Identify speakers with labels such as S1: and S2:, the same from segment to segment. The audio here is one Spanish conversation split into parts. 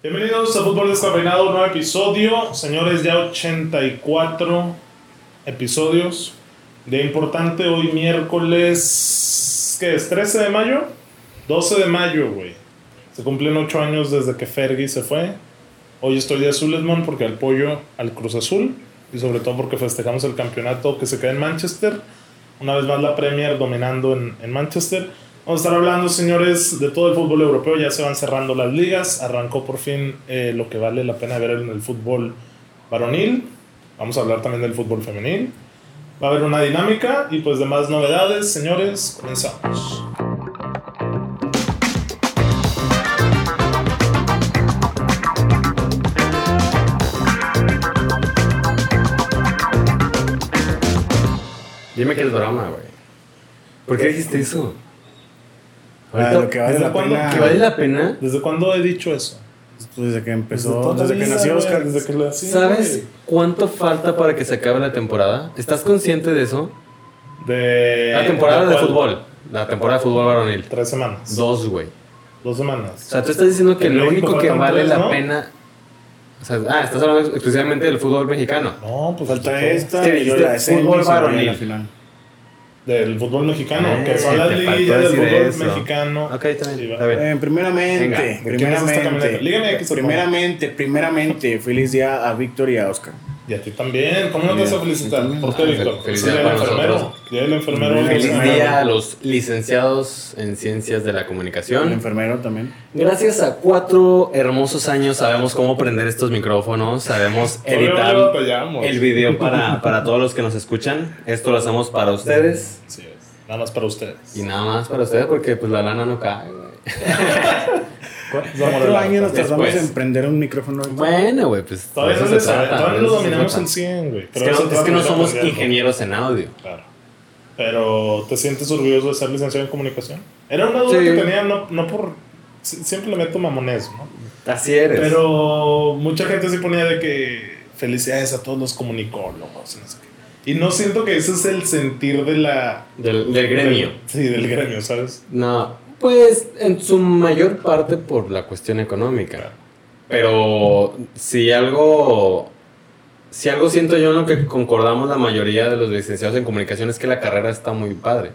S1: Bienvenidos a Fútbol Descafeinado, nuevo episodio. Señores, ya 84 episodios. De importante, hoy miércoles. ¿Qué es? ¿13 de mayo? 12 de mayo, güey. Se cumplen 8 años desde que Fergie se fue. Hoy estoy de azul, Edmond, porque al pollo, al Cruz Azul. Y sobre todo porque festejamos el campeonato que se queda en Manchester. Una vez más la Premier dominando en, en Manchester. Vamos a estar hablando, señores, de todo el fútbol europeo. Ya se van cerrando las ligas. Arrancó por fin eh, lo que vale la pena ver en el fútbol varonil. Vamos a hablar también del fútbol femenil. Va a haber una dinámica y pues demás novedades, señores. Comenzamos.
S2: Dime que es broma, güey. ¿Por qué dijiste eso?
S3: Ah,
S2: Ahorita-
S3: lo que vale
S1: ¿desde
S3: la
S1: cuándo?
S3: pena.
S2: ¿Que vale la pena?
S1: ¿Desde cuándo he dicho eso?
S3: Desde que empezó,
S1: toda la
S3: desde, que
S1: vida,
S3: nació
S1: güey,
S3: Oscar.
S1: Desde que nací,
S2: ¿Sabes cuánto falta para que se acabe la temporada? ¿Estás consciente de eso?
S1: güey. De.
S2: La temporada de
S1: Eh, cuál?
S2: fútbol. La temporada de fútbol varonil.
S1: Tres semanas.
S2: Dos, güey.
S1: Dos
S2: O
S1: semanas.
S2: sea, tú estás diciendo que
S1: En
S2: lo
S1: México
S2: único que
S1: faltan
S2: vale
S1: tres,
S2: la
S1: ¿no?
S2: pena. O sea, ah, estás hablando exclusivamente del fútbol mexicano.
S1: No, pues
S3: Falta
S1: de-
S3: esta
S2: Este
S3: y yo
S2: dijiste
S3: la de
S2: fútbol
S3: Zenit,
S2: varonil.
S3: en la final.
S1: Del fútbol mexicano,
S2: Ah,
S1: que son las
S2: te faltó
S1: liguillas del
S2: decir
S1: fútbol
S2: eso.
S1: mexicano.
S2: Ok, está
S1: Sí,
S2: bien.
S1: va.
S2: Está bien.
S3: Eh,
S2: Venga,
S3: primeramente,
S1: ¿de quién es esta camioneta? Lígame aquí,
S3: primeramente,
S1: supongo.
S3: primeramente, primeramente, feliz día a Víctor y a Oscar.
S1: Y a ti también. ¿Cómo no te vas a
S3: Bien,
S1: felicitar?
S3: bien.
S1: ¿Por qué,
S2: Ah,
S1: Víctor?
S2: felicidades
S1: Día del
S2: para
S1: enfermero.
S2: nosotros.
S1: Día del enfermero.
S3: Feliz
S2: Feliz
S1: Bolsonaro.
S2: día a los licenciados en ciencias de la
S3: El
S2: comunicación.
S3: enfermero también.
S2: Gracias a cuatro hermosos años sabemos cómo prender estos micrófonos, sabemos
S1: Todavía no
S2: editar
S1: batallamos.
S2: el video para, para todos los que nos escuchan. Esto lo hacemos para ustedes
S1: Así es. Nada más para ustedes.
S2: y nada más para ustedes porque pues la lana no cae. güey.
S1: Vamos a
S2: Pues
S3: Cuatro
S1: hablar.
S3: años nos tardamos
S2: Después.
S3: en prender un micrófono.
S2: Bueno, güey, pues
S1: Todavía
S2: de
S1: no,
S2: eso
S1: le
S2: se
S1: sabe-
S2: trata,
S1: todavía
S2: de
S1: no
S2: eso
S1: lo
S2: se
S1: dominamos
S2: trata.
S1: al 100, güey.
S2: Es que no, es que no somos
S1: ingenieros.
S2: ingenieros en audio.
S1: Claro. Pero, ¿te sientes orgulloso de ser licenciado en comunicación? Era una duda
S2: Sí.
S1: que tenía, no, no por... si- Siempre le meto mamonés, ¿no?
S2: Así eres.
S1: Pero mucha gente se ponía de que felicidades a todos los comunicólogos. y no sé qué. Y no siento que ese es el sentir de la...
S2: del, del gremio.
S1: del- sí, del gremio, ¿sabes?
S2: No, pues en su mayor parte por la cuestión económica. Pero si algo, si algo siento yo en lo que concordamos la mayoría de los licenciados en comunicación es que la carrera está muy padre.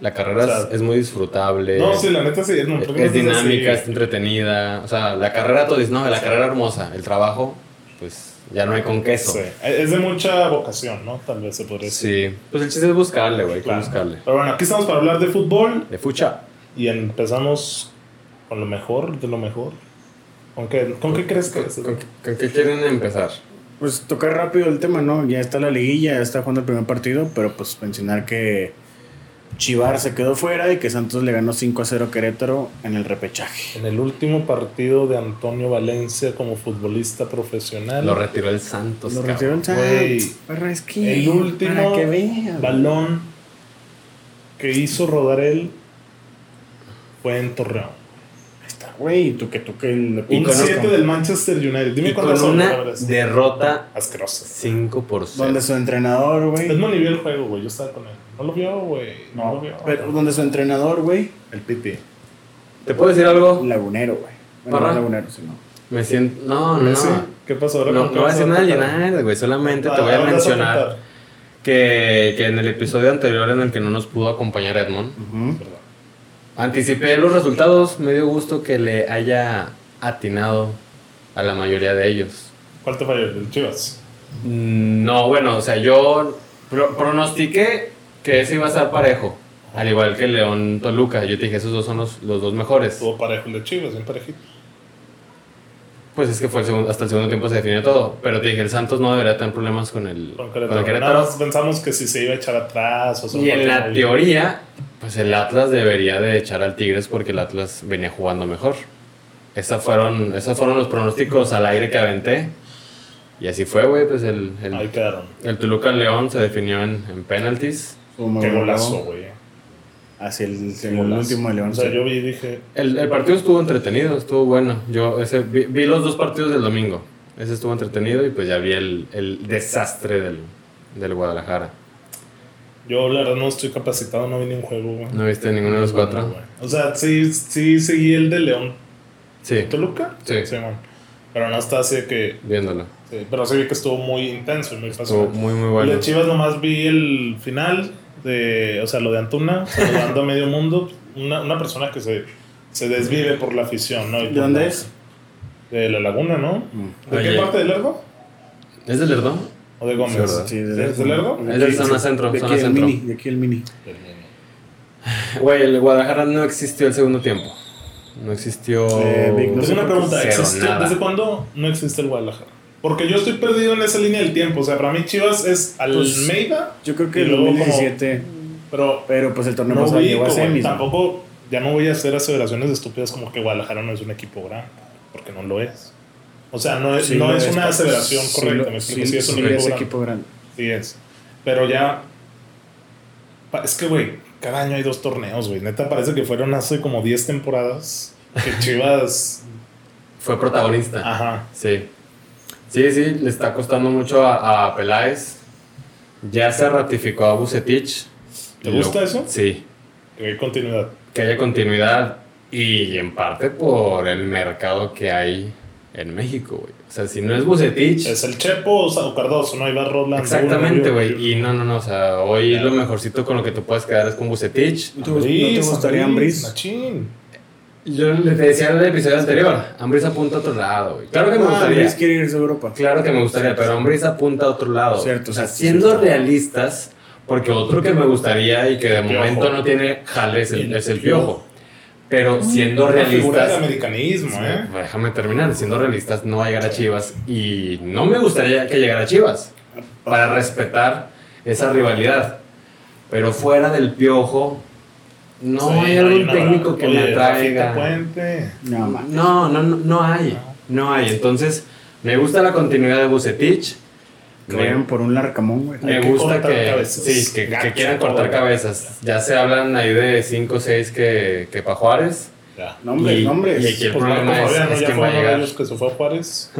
S2: La carrera
S1: O sea,
S2: es- es muy disfrutable.
S1: no, sí, la neta sí. no, creo que
S2: Eh, es
S1: no así.
S2: dinámica, es entretenida. O sea, la carrera, todo dices, no, la carrera hermosa. El trabajo, pues ya no hay con queso.
S1: Sí, Es de mucha vocación, ¿no? Tal vez se podría decir.
S2: Sí. Pues el chiste es buscarle, güey, hay que
S1: Claro.
S2: buscarle.
S1: Pero bueno, aquí estamos para hablar de fútbol
S2: De fucha.
S1: y empezamos con lo mejor de lo mejor. ¿Con qué, con qué crees que es?
S2: ¿Con, qué- con qué quieren empezar?
S3: Pues tocar rápido el tema, ¿no? Ya está la liguilla, ya está jugando el primer partido, pero pues mencionar que Chivar se quedó fuera y que Santos le ganó 5 a 0 a Querétaro en el repechaje.
S1: En el último partido de Antonio Valencia como futbolista profesional,
S2: Lo retiró el Santos.
S3: Lo
S2: cabrón.
S3: retiró el
S1: Güey.
S3: Santos. Perra, es que-
S1: El último
S3: para que vean.
S1: balón que hizo rodar él fue en Torreón.
S3: Güey, tú que tú que le
S1: Un
S2: con-
S3: picas,
S1: 7
S3: ¿no?
S1: del Manchester United. Dime
S2: Y con
S1: cuántas son. la
S2: una
S1: verdad, sí.
S2: derrota
S1: Asquerosa.
S2: 5 por 0.
S3: Donde su entrenador, güey.
S1: Edmond ni vio el juego, güey. Yo estaba con él. No lo vio, güey. No, lo
S3: No,
S1: vio.
S3: pero donde su entrenador, güey.
S1: El Piti.
S2: ¿Te puedo decir algo?
S3: Lagunero, güey. Bueno,
S2: Parra.
S3: no lagunero, sino.
S2: Me siento. No, no.
S1: Messi,
S2: No,
S1: ¿Qué pasó ahora?
S2: no
S1: con
S2: voy a decir nada
S1: Torreón?
S2: llenar, güey. Solamente te
S1: Ah,
S2: voy a
S1: ahora vas
S2: mencionar
S1: contar.
S2: que, que en el episodio anterior en el que no nos pudo acompañar Edmond,
S3: Ujú.
S1: Perdón.
S2: anticipé los resultados. Me dio gusto que le haya atinado a la mayoría de ellos.
S1: ¿Cuál te falló? El del Chivas.
S2: Mm, No, bueno, o sea, yo pro- pronostiqué que ese iba a estar parejo. Al igual que León Toluca. Yo te dije, esos dos son los, los dos mejores.
S1: Estuvo parejo el de Chivas, bien parejito.
S2: Pues es que fue el segundo- hasta el segundo tiempo se definió todo. Pero te dije, el Santos no debería tener problemas con el
S1: Con
S2: con
S1: Querétaro.
S2: el
S1: Nada
S2: Querétaro.
S1: más pensamos que si se iba a echar atrás o sea,
S2: Y en la
S1: porque-
S2: teoría, pues el Atlas debería de echar al Tigres porque el Atlas venía jugando mejor. Esas fueron, esos fueron los pronósticos al aire que aventé. Y así fue, güey. Pues el, el-
S1: Ahí quedaron.
S2: el Toluca León se definió en, en penaltis.
S3: Estuvo muy
S1: Qué
S3: bueno.
S1: golazo, güey.
S3: Hacia el, el
S1: Golazo.
S3: último de León.
S1: O sea, yo vi y dije,
S2: El, el partido estuvo entretenido, estuvo bueno. Yo ese, vi, vi los dos partidos del domingo. Ese estuvo entretenido y pues ya vi el, el desastre del, del Guadalajara.
S1: yo la verdad no estoy capacitado, no vi ni un juego, güey.
S2: ¿No viste ninguno de los cuatro?
S1: No, güey. O sea, sí, sí seguí el de León.
S2: Sí.
S1: Toluca.
S2: Sí.
S1: bueno. Pero no está así de que.
S2: Viéndolo.
S1: sí, Pero sí vi que estuvo muy intenso y muy
S2: Estuvo
S1: fácil.
S2: muy, muy bueno.
S1: Y de Chivas nomás vi el final, de, o sea, lo de Antuna, saludando a medio mundo. Una, una persona que se, se desvive por la afición, ¿no? Y
S3: ¿De
S1: por
S3: dónde
S1: la-
S3: es? Mm.
S1: De la laguna, ¿no? ¿De qué
S2: Oye.
S1: parte del Lerdo?
S2: ¿Es del Lerdón?
S1: ¿O de
S2: Ah, Sí,
S1: Gómez?
S2: ¿verdad?
S1: Sí, ¿Es del Lerdo?
S2: Es del zona centro,
S3: De
S2: zona
S3: aquí el
S2: centro.
S3: mini, de aquí el mini.
S2: Güey, el Guadalajara no existió el segundo tiempo. No existió.
S3: Eh, Vic, no
S1: Tengo
S3: sé
S1: una
S3: por qué
S1: pregunta,
S2: cero,
S1: ¿existe-
S2: nada.
S1: ¿desde cuándo no existe el Guadalajara? Porque yo estoy perdido en esa línea del tiempo. O sea, para mí Chivas es
S3: Pues,
S1: Almeida,
S3: Yo creo
S1: Y
S3: que el
S1: luego como-
S3: 2017,
S1: pero
S3: pero pues el torneo
S1: no
S3: pasado
S1: ubico,
S3: llegó a
S1: güey.
S3: semis. ¿no?
S1: Tampoco, ya no voy a hacer aseveraciones estúpidas como que Guadalajara no es un equipo grande, porque no lo es. O sea, no es,
S3: Sí,
S1: no
S3: lo
S1: es una
S3: pero-
S1: aseveración
S3: sí,
S1: correcta,
S3: lo-
S1: me explico,
S3: sí,
S1: sí es un
S3: sí
S1: equipo
S3: es
S1: grande.
S3: equipo grande.
S1: Sí es. Pero ya. pa- Es que, güey, cada año hay dos torneos, güey. Neta, parece que fueron hace como 10 temporadas que Chivas.
S2: Fue protagonista.
S3: Ah.
S1: Ajá.
S2: Sí. Sí, sí, le está costando mucho a, a Peláez. Ya se ratificó a Bucetich.
S1: ¿Te gusta eso?
S2: Sí.
S1: Que hay continuidad.
S2: Que haya continuidad. Y en parte por el mercado que hay en México, güey. O sea, si no es Bucetich.
S1: Es el Chepo o Sa- o Cardoso, ¿no? Iba Roland.
S2: Exactamente,
S1: Rubio,
S2: güey. Y no, no, no. O sea, hoy lo mejorcito con lo que tú puedes quedar es con Bucetich.
S3: ¿No te, gust- no te
S1: Ambriz,
S3: gustaría
S1: Ambriz,
S3: Ambris?
S1: Machín.
S2: Yo le decía en el episodio anterior, Ambris apunta a otro lado, güey. Claro que me
S3: Ah,
S2: gustaría.
S3: Ambris quiere irse a Europa.
S2: Claro que me gustaría, pero Ambris apunta a otro lado.
S3: Cierto,
S2: o sea,
S3: cierto,
S2: siendo
S3: cierto.
S2: realistas, porque otro que me gustaría y que de
S1: Piojo.
S2: momento no tiene jale es el,
S1: El
S2: es el
S1: Piojo.
S2: piojo. Pero siendo
S1: Una figura del
S2: realistas.
S1: americanismo, ¿eh?
S2: Pues Déjame terminar, siendo realistas, no va a llegar a Chivas. Y no me gustaría que llegara a Chivas. Para respetar esa rivalidad. Pero fuera del piojo, no
S1: Sí,
S2: hay
S1: no
S2: algún
S1: una
S2: técnico
S1: verdad.
S2: que
S1: Oye,
S2: me atraiga.
S1: Rafita Puente.
S3: No, man.
S2: No, no, no, no hay. No hay. Entonces, me gusta la continuidad de Bucetich.
S3: Que
S2: Me,
S3: vayan por un larcamón, güey.
S2: me
S1: Hay que
S2: gusta
S1: cortar
S2: que,
S1: cabezas.
S2: sí, que, que
S1: Gacho,
S2: quieran cortar
S1: cabrón.
S2: cabezas. Ya se hablan ahí de 5 o 6 que, que para Juárez.
S1: Ya.
S3: Nombres,
S2: Y-
S3: nombres.
S2: y aquí el
S1: Pues Marco
S2: problema es,
S1: Fabiano
S2: es
S1: ya
S2: quién
S1: fue
S2: va a
S1: uno de
S2: llegar.
S1: ellos que se fue a Juárez.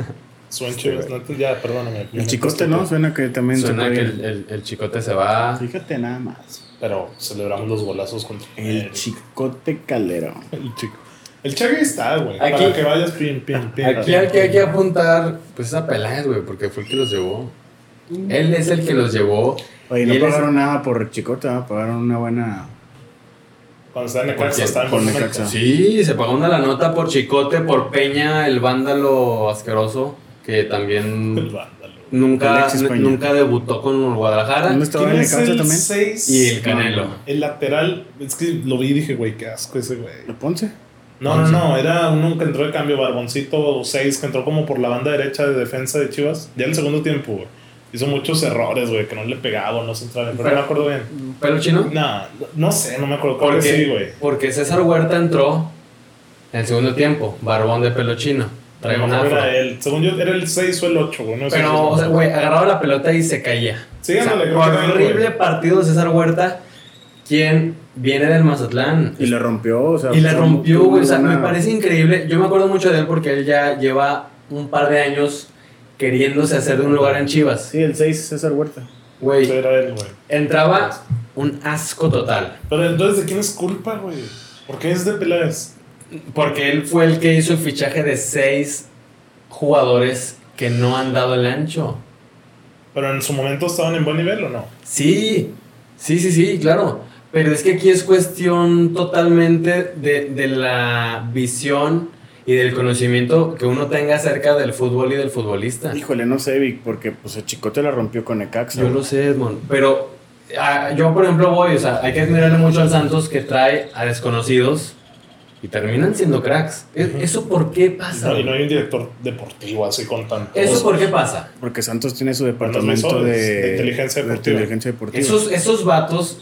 S1: Son Chivas, no, ya, perdóname.
S3: El chicote no, suena que también se
S2: Suena
S3: puede
S2: que
S3: ir. Ah.
S2: el, el- el chicote se va.
S3: Fíjate nada más.
S1: Pero celebramos los golazos contra
S2: Eh.
S3: El chicote calderón.
S1: El chico. El Chagui está, güey.
S2: Aquí-
S1: Para que vayas pim, pim, pim.
S2: Aquí hay que, hay que apuntar, pues a Peláez, güey, porque fue el que los llevó. Él es el que los llevó. Y
S3: Oye,
S2: él
S3: no
S2: es-
S3: pagaron nada por chicote, ¿no? pagaron una buena.
S1: Cuando está en Necaxa,
S2: Porque-
S1: está en
S3: por
S1: buen
S3: Necaxa.
S1: momento.
S2: Sí, se pagó una la nota por Chicote, por Peña, el vándalo asqueroso, que
S1: El
S2: también
S1: vándalo.
S2: nunca,
S3: Alexis Peña.
S2: nunca debutó con Guadalajara.
S3: ¿Dónde estaba
S1: ¿Quién
S3: en el
S1: es
S3: cáncer
S1: el
S3: también?
S1: 6?
S2: Y el Canelo.
S1: El lateral, es que lo vi y dije, güey, qué asco ese güey.
S3: ¿Lo Ponce?
S1: No, no, no, era uno que entró de cambio, Barboncito 6, que entró como por la banda derecha de defensa de Chivas. Ya en el segundo tiempo, güey. Hizo muchos errores, güey, que no le pegaba, no se entraba, pero no me acuerdo bien.
S2: ¿Pelo chino?
S1: No, no sé, no me acuerdo. Creo
S2: Porque,
S1: que sí, güey.
S2: porque César Huerta entró en el segundo tiempo, barbón de pelo chino. Traía
S1: No
S2: un
S1: me acuerdo
S2: afro.
S1: era él. Según yo, era el 6 o el 8, güey. No sé si-
S2: Pero, o sea, güey, agarraba la pelota y se caía.
S1: Sí, ándale, creo que también,
S2: horrible
S1: güey.
S2: partido de César Huerta, quien viene del Mazatlán.
S3: Y la rompió, o sea.
S2: Y la
S3: fue-
S2: rompió,
S3: tuvo
S2: güey. O sea,
S3: una-
S2: me parece increíble. Yo me acuerdo mucho de él porque él ya lleva un par de años queriéndose hacer de un lugar en Chivas.
S3: Sí, el 6 César Huerta.
S1: Sí,
S2: Güey,
S1: era él, güey.
S2: entraba un asco total.
S1: Pero entonces, ¿de quién es culpa, güey? ¿Por qué es de Peláez?
S2: Porque él fue el que hizo el fichaje de seis jugadores que no han dado el ancho.
S1: Pero en su momento estaban en buen nivel o no?
S2: Sí, sí, sí, sí, claro. Pero es que aquí es cuestión totalmente de, de la visión y del conocimiento que uno tenga acerca del fútbol y del futbolista.
S3: Híjole, no sé, Vic, porque pues el chicote la rompió con Necaxa.
S2: Ah. Yo lo sé, Edmond, pero ah, yo, por ejemplo, voy, o sea, hay que admirarle mucho al Santos que trae a desconocidos y terminan siendo cracks. E- ¿Eso por qué pasa?
S1: No, y no hay un director deportivo así con tanto.
S2: ¿Eso por qué pasa?
S3: Porque Santos tiene su
S1: Los
S3: departamento de,
S1: visores, de inteligencia deportiva.
S3: inteligencia deportiva.
S2: Esos, esos vatos,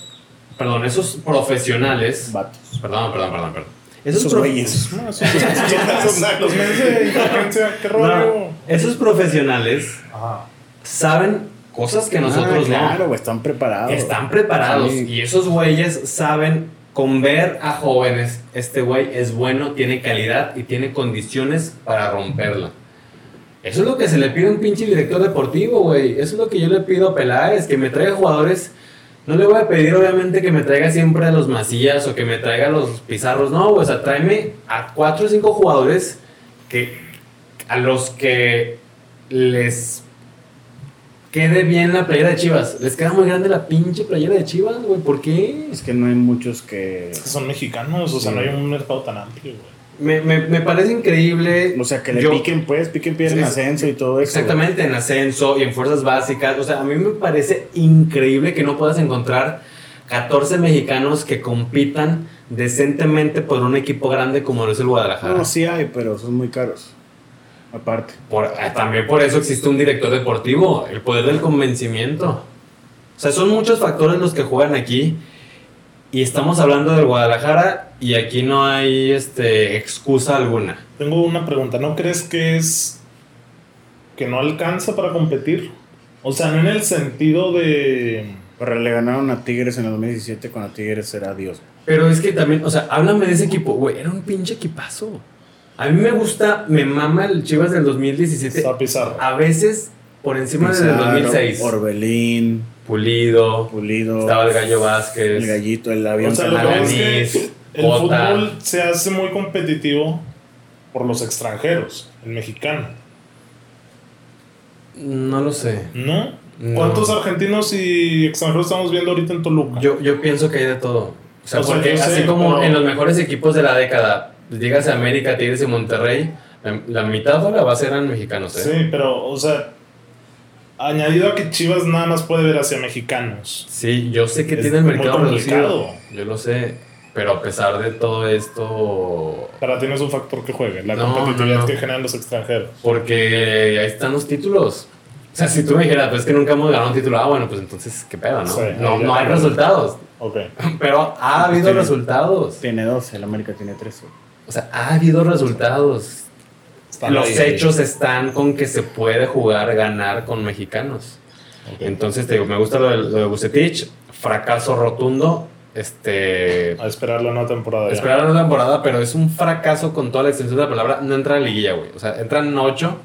S2: perdón, esos profesionales,
S3: vatos.
S2: perdón, perdón, perdón, perdón.
S3: Esos
S2: prof-
S3: güeyes. Ah,
S1: No, esos- esos- esos- esos- Los medios de inteligencia, qué rollo.
S2: No, esos profesionales
S1: Ajá.
S2: saben cosas que nosotros
S3: Ah,
S2: no.
S3: claro, güey, están preparados.
S2: Están preparados
S3: Sí.
S2: y esos güeyes saben con ver a jóvenes, este güey es bueno, tiene calidad y tiene condiciones para romperla. Eso es lo que se le pide a un pinche director deportivo, güey. Eso es lo que yo le pido a Peláez, que me traiga jugadores. No le voy a pedir, obviamente, que me traiga siempre a los Macías o que me traiga a los Pizarros. No, güey, o sea, tráeme a cuatro o cinco jugadores que a los que les quede bien la playera de Chivas. Les queda muy grande la pinche playera de Chivas, güey. ¿Por qué?
S3: Es que no hay muchos que.
S1: Es que son mexicanos, o sea, no hay un mercado tan amplio, güey.
S2: Me, me, me parece increíble.
S3: O sea, que le
S2: Yo-
S3: piquen, pues, piquen piedra en
S2: Sí, sí.
S3: ascenso y todo eso.
S2: Exactamente, en ascenso y en fuerzas básicas. O sea, a mí me parece increíble que no puedas encontrar 14 mexicanos que compitan decentemente por un equipo grande como lo es el Guadalajara.
S3: No, sí hay, pero son muy caros. Aparte.
S2: Por- eh, también por eso existe un director deportivo, el poder del convencimiento. O sea, son muchos factores los que juegan aquí. Y estamos hablando del Guadalajara y aquí no hay este, excusa alguna.
S1: Tengo una pregunta, ¿no crees que es que no alcanza para competir? O sea, no en el sentido de...
S3: Pero le ganaron a Tigres en el 2017 cuando Tigres era Dios.
S2: Pero es que también, o sea, háblame de ese equipo, güey, era un pinche equipazo. A mí me gusta, me mama el Chivas del 2017.
S1: Está Pizarro.
S2: A veces por encima del
S3: Pizarro,
S2: 2006.
S3: Orbelín,
S2: Pulido,
S3: Pulido.
S2: estaba el Gallo Vázquez.
S3: El gallito, el avión.
S1: O sea, lo que
S3: Canales.
S1: pasa es que
S2: Alanis,
S1: el
S2: Cota.
S1: fútbol se hace muy competitivo por los extranjeros, el mexicano,
S2: No lo sé.
S1: ¿no?
S2: No.
S1: ¿Cuántos argentinos y extranjeros estamos viendo ahorita en Toluca?
S2: Yo, yo pienso que hay de todo. O sea,
S1: O sea,
S2: porque
S1: yo
S2: así
S1: sé,
S2: como
S1: pero-
S2: en los mejores equipos de la década, llegas a América, Tigres y Monterrey, la, la mitad o la base eran mexicanos, ¿eh?
S1: Sí, pero, o sea, añadido a que Chivas nada más puede ver hacia mexicanos.
S2: Sí, yo sé que
S1: Es
S2: tiene el
S1: muy
S2: mercado
S1: complicado.
S2: reducido. Yo lo sé. Pero a pesar de todo esto.
S1: Pero tienes un factor que juegue, la
S2: No,
S1: competitividad
S2: no, no.
S1: que generan los extranjeros.
S2: Porque ahí están los títulos. O sea, si tú me dijeras, pues es que nunca hemos ganado un título, ah, bueno, pues entonces, ¿qué pedo, no?
S1: Sí,
S2: no,
S1: ya.
S2: no hay resultados.
S1: Ok.
S2: Pero ha habido
S3: Sí.
S2: resultados.
S3: Tiene 12, el América tiene 13.
S2: O sea, ha habido resultados.
S1: Está
S2: Los
S1: ahí.
S2: hechos están con que se puede jugar, ganar con mexicanos.
S1: Ok.
S2: Entonces, te digo, me gusta lo de, lo de Bucetich, fracaso rotundo, este...
S1: A esperar la nueva temporada. Ah, ya.
S2: Esperar una temporada, pero es un fracaso con toda la extensión de la palabra. No entra en liguilla, güey. O sea, entran ocho.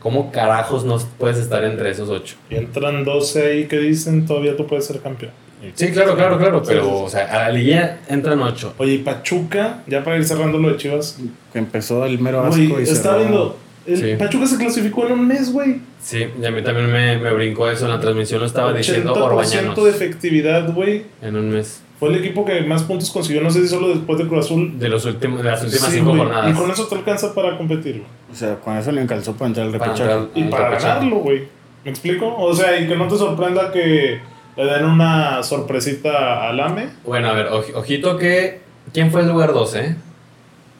S2: ¿Cómo carajos no puedes estar entre esos ocho?
S1: Y entran 12 ahí que dicen todavía tú puedes ser campeón.
S2: Sí, claro, claro, claro. Pero, o sea, a la liguilla entran ocho.
S1: Oye, y Pachuca, ya para ir cerrando lo de Chivas.
S3: Que empezó el mero asco
S1: Güey,
S3: y
S1: está
S3: cerró.
S1: viendo. El
S2: Sí.
S1: Pachuca se clasificó en un mes, güey.
S2: Sí, y a mí también me, me brincó eso en la transmisión. Lo estaba diciendo Orbañanos
S1: de efectividad, güey.
S2: en un mes.
S1: Fue el equipo que más puntos consiguió, no sé si solo después de Cruz Azul.
S2: De, los últimos, de las últimas
S1: Sí,
S2: cinco
S1: güey,
S2: jornadas.
S1: Y con eso te alcanza para competir, güey.
S3: O sea, con eso le encalzó para entrar al
S2: Para
S3: repechaje.
S2: entrar.
S1: Y
S2: Ah,
S1: para
S2: repechaje.
S1: ganarlo, güey. ¿Me explico? O sea, y que no te sorprenda que le den una sorpresita al AME.
S2: Bueno, a ver, oj- ojito que. ¿Quién fue el lugar 12? eh?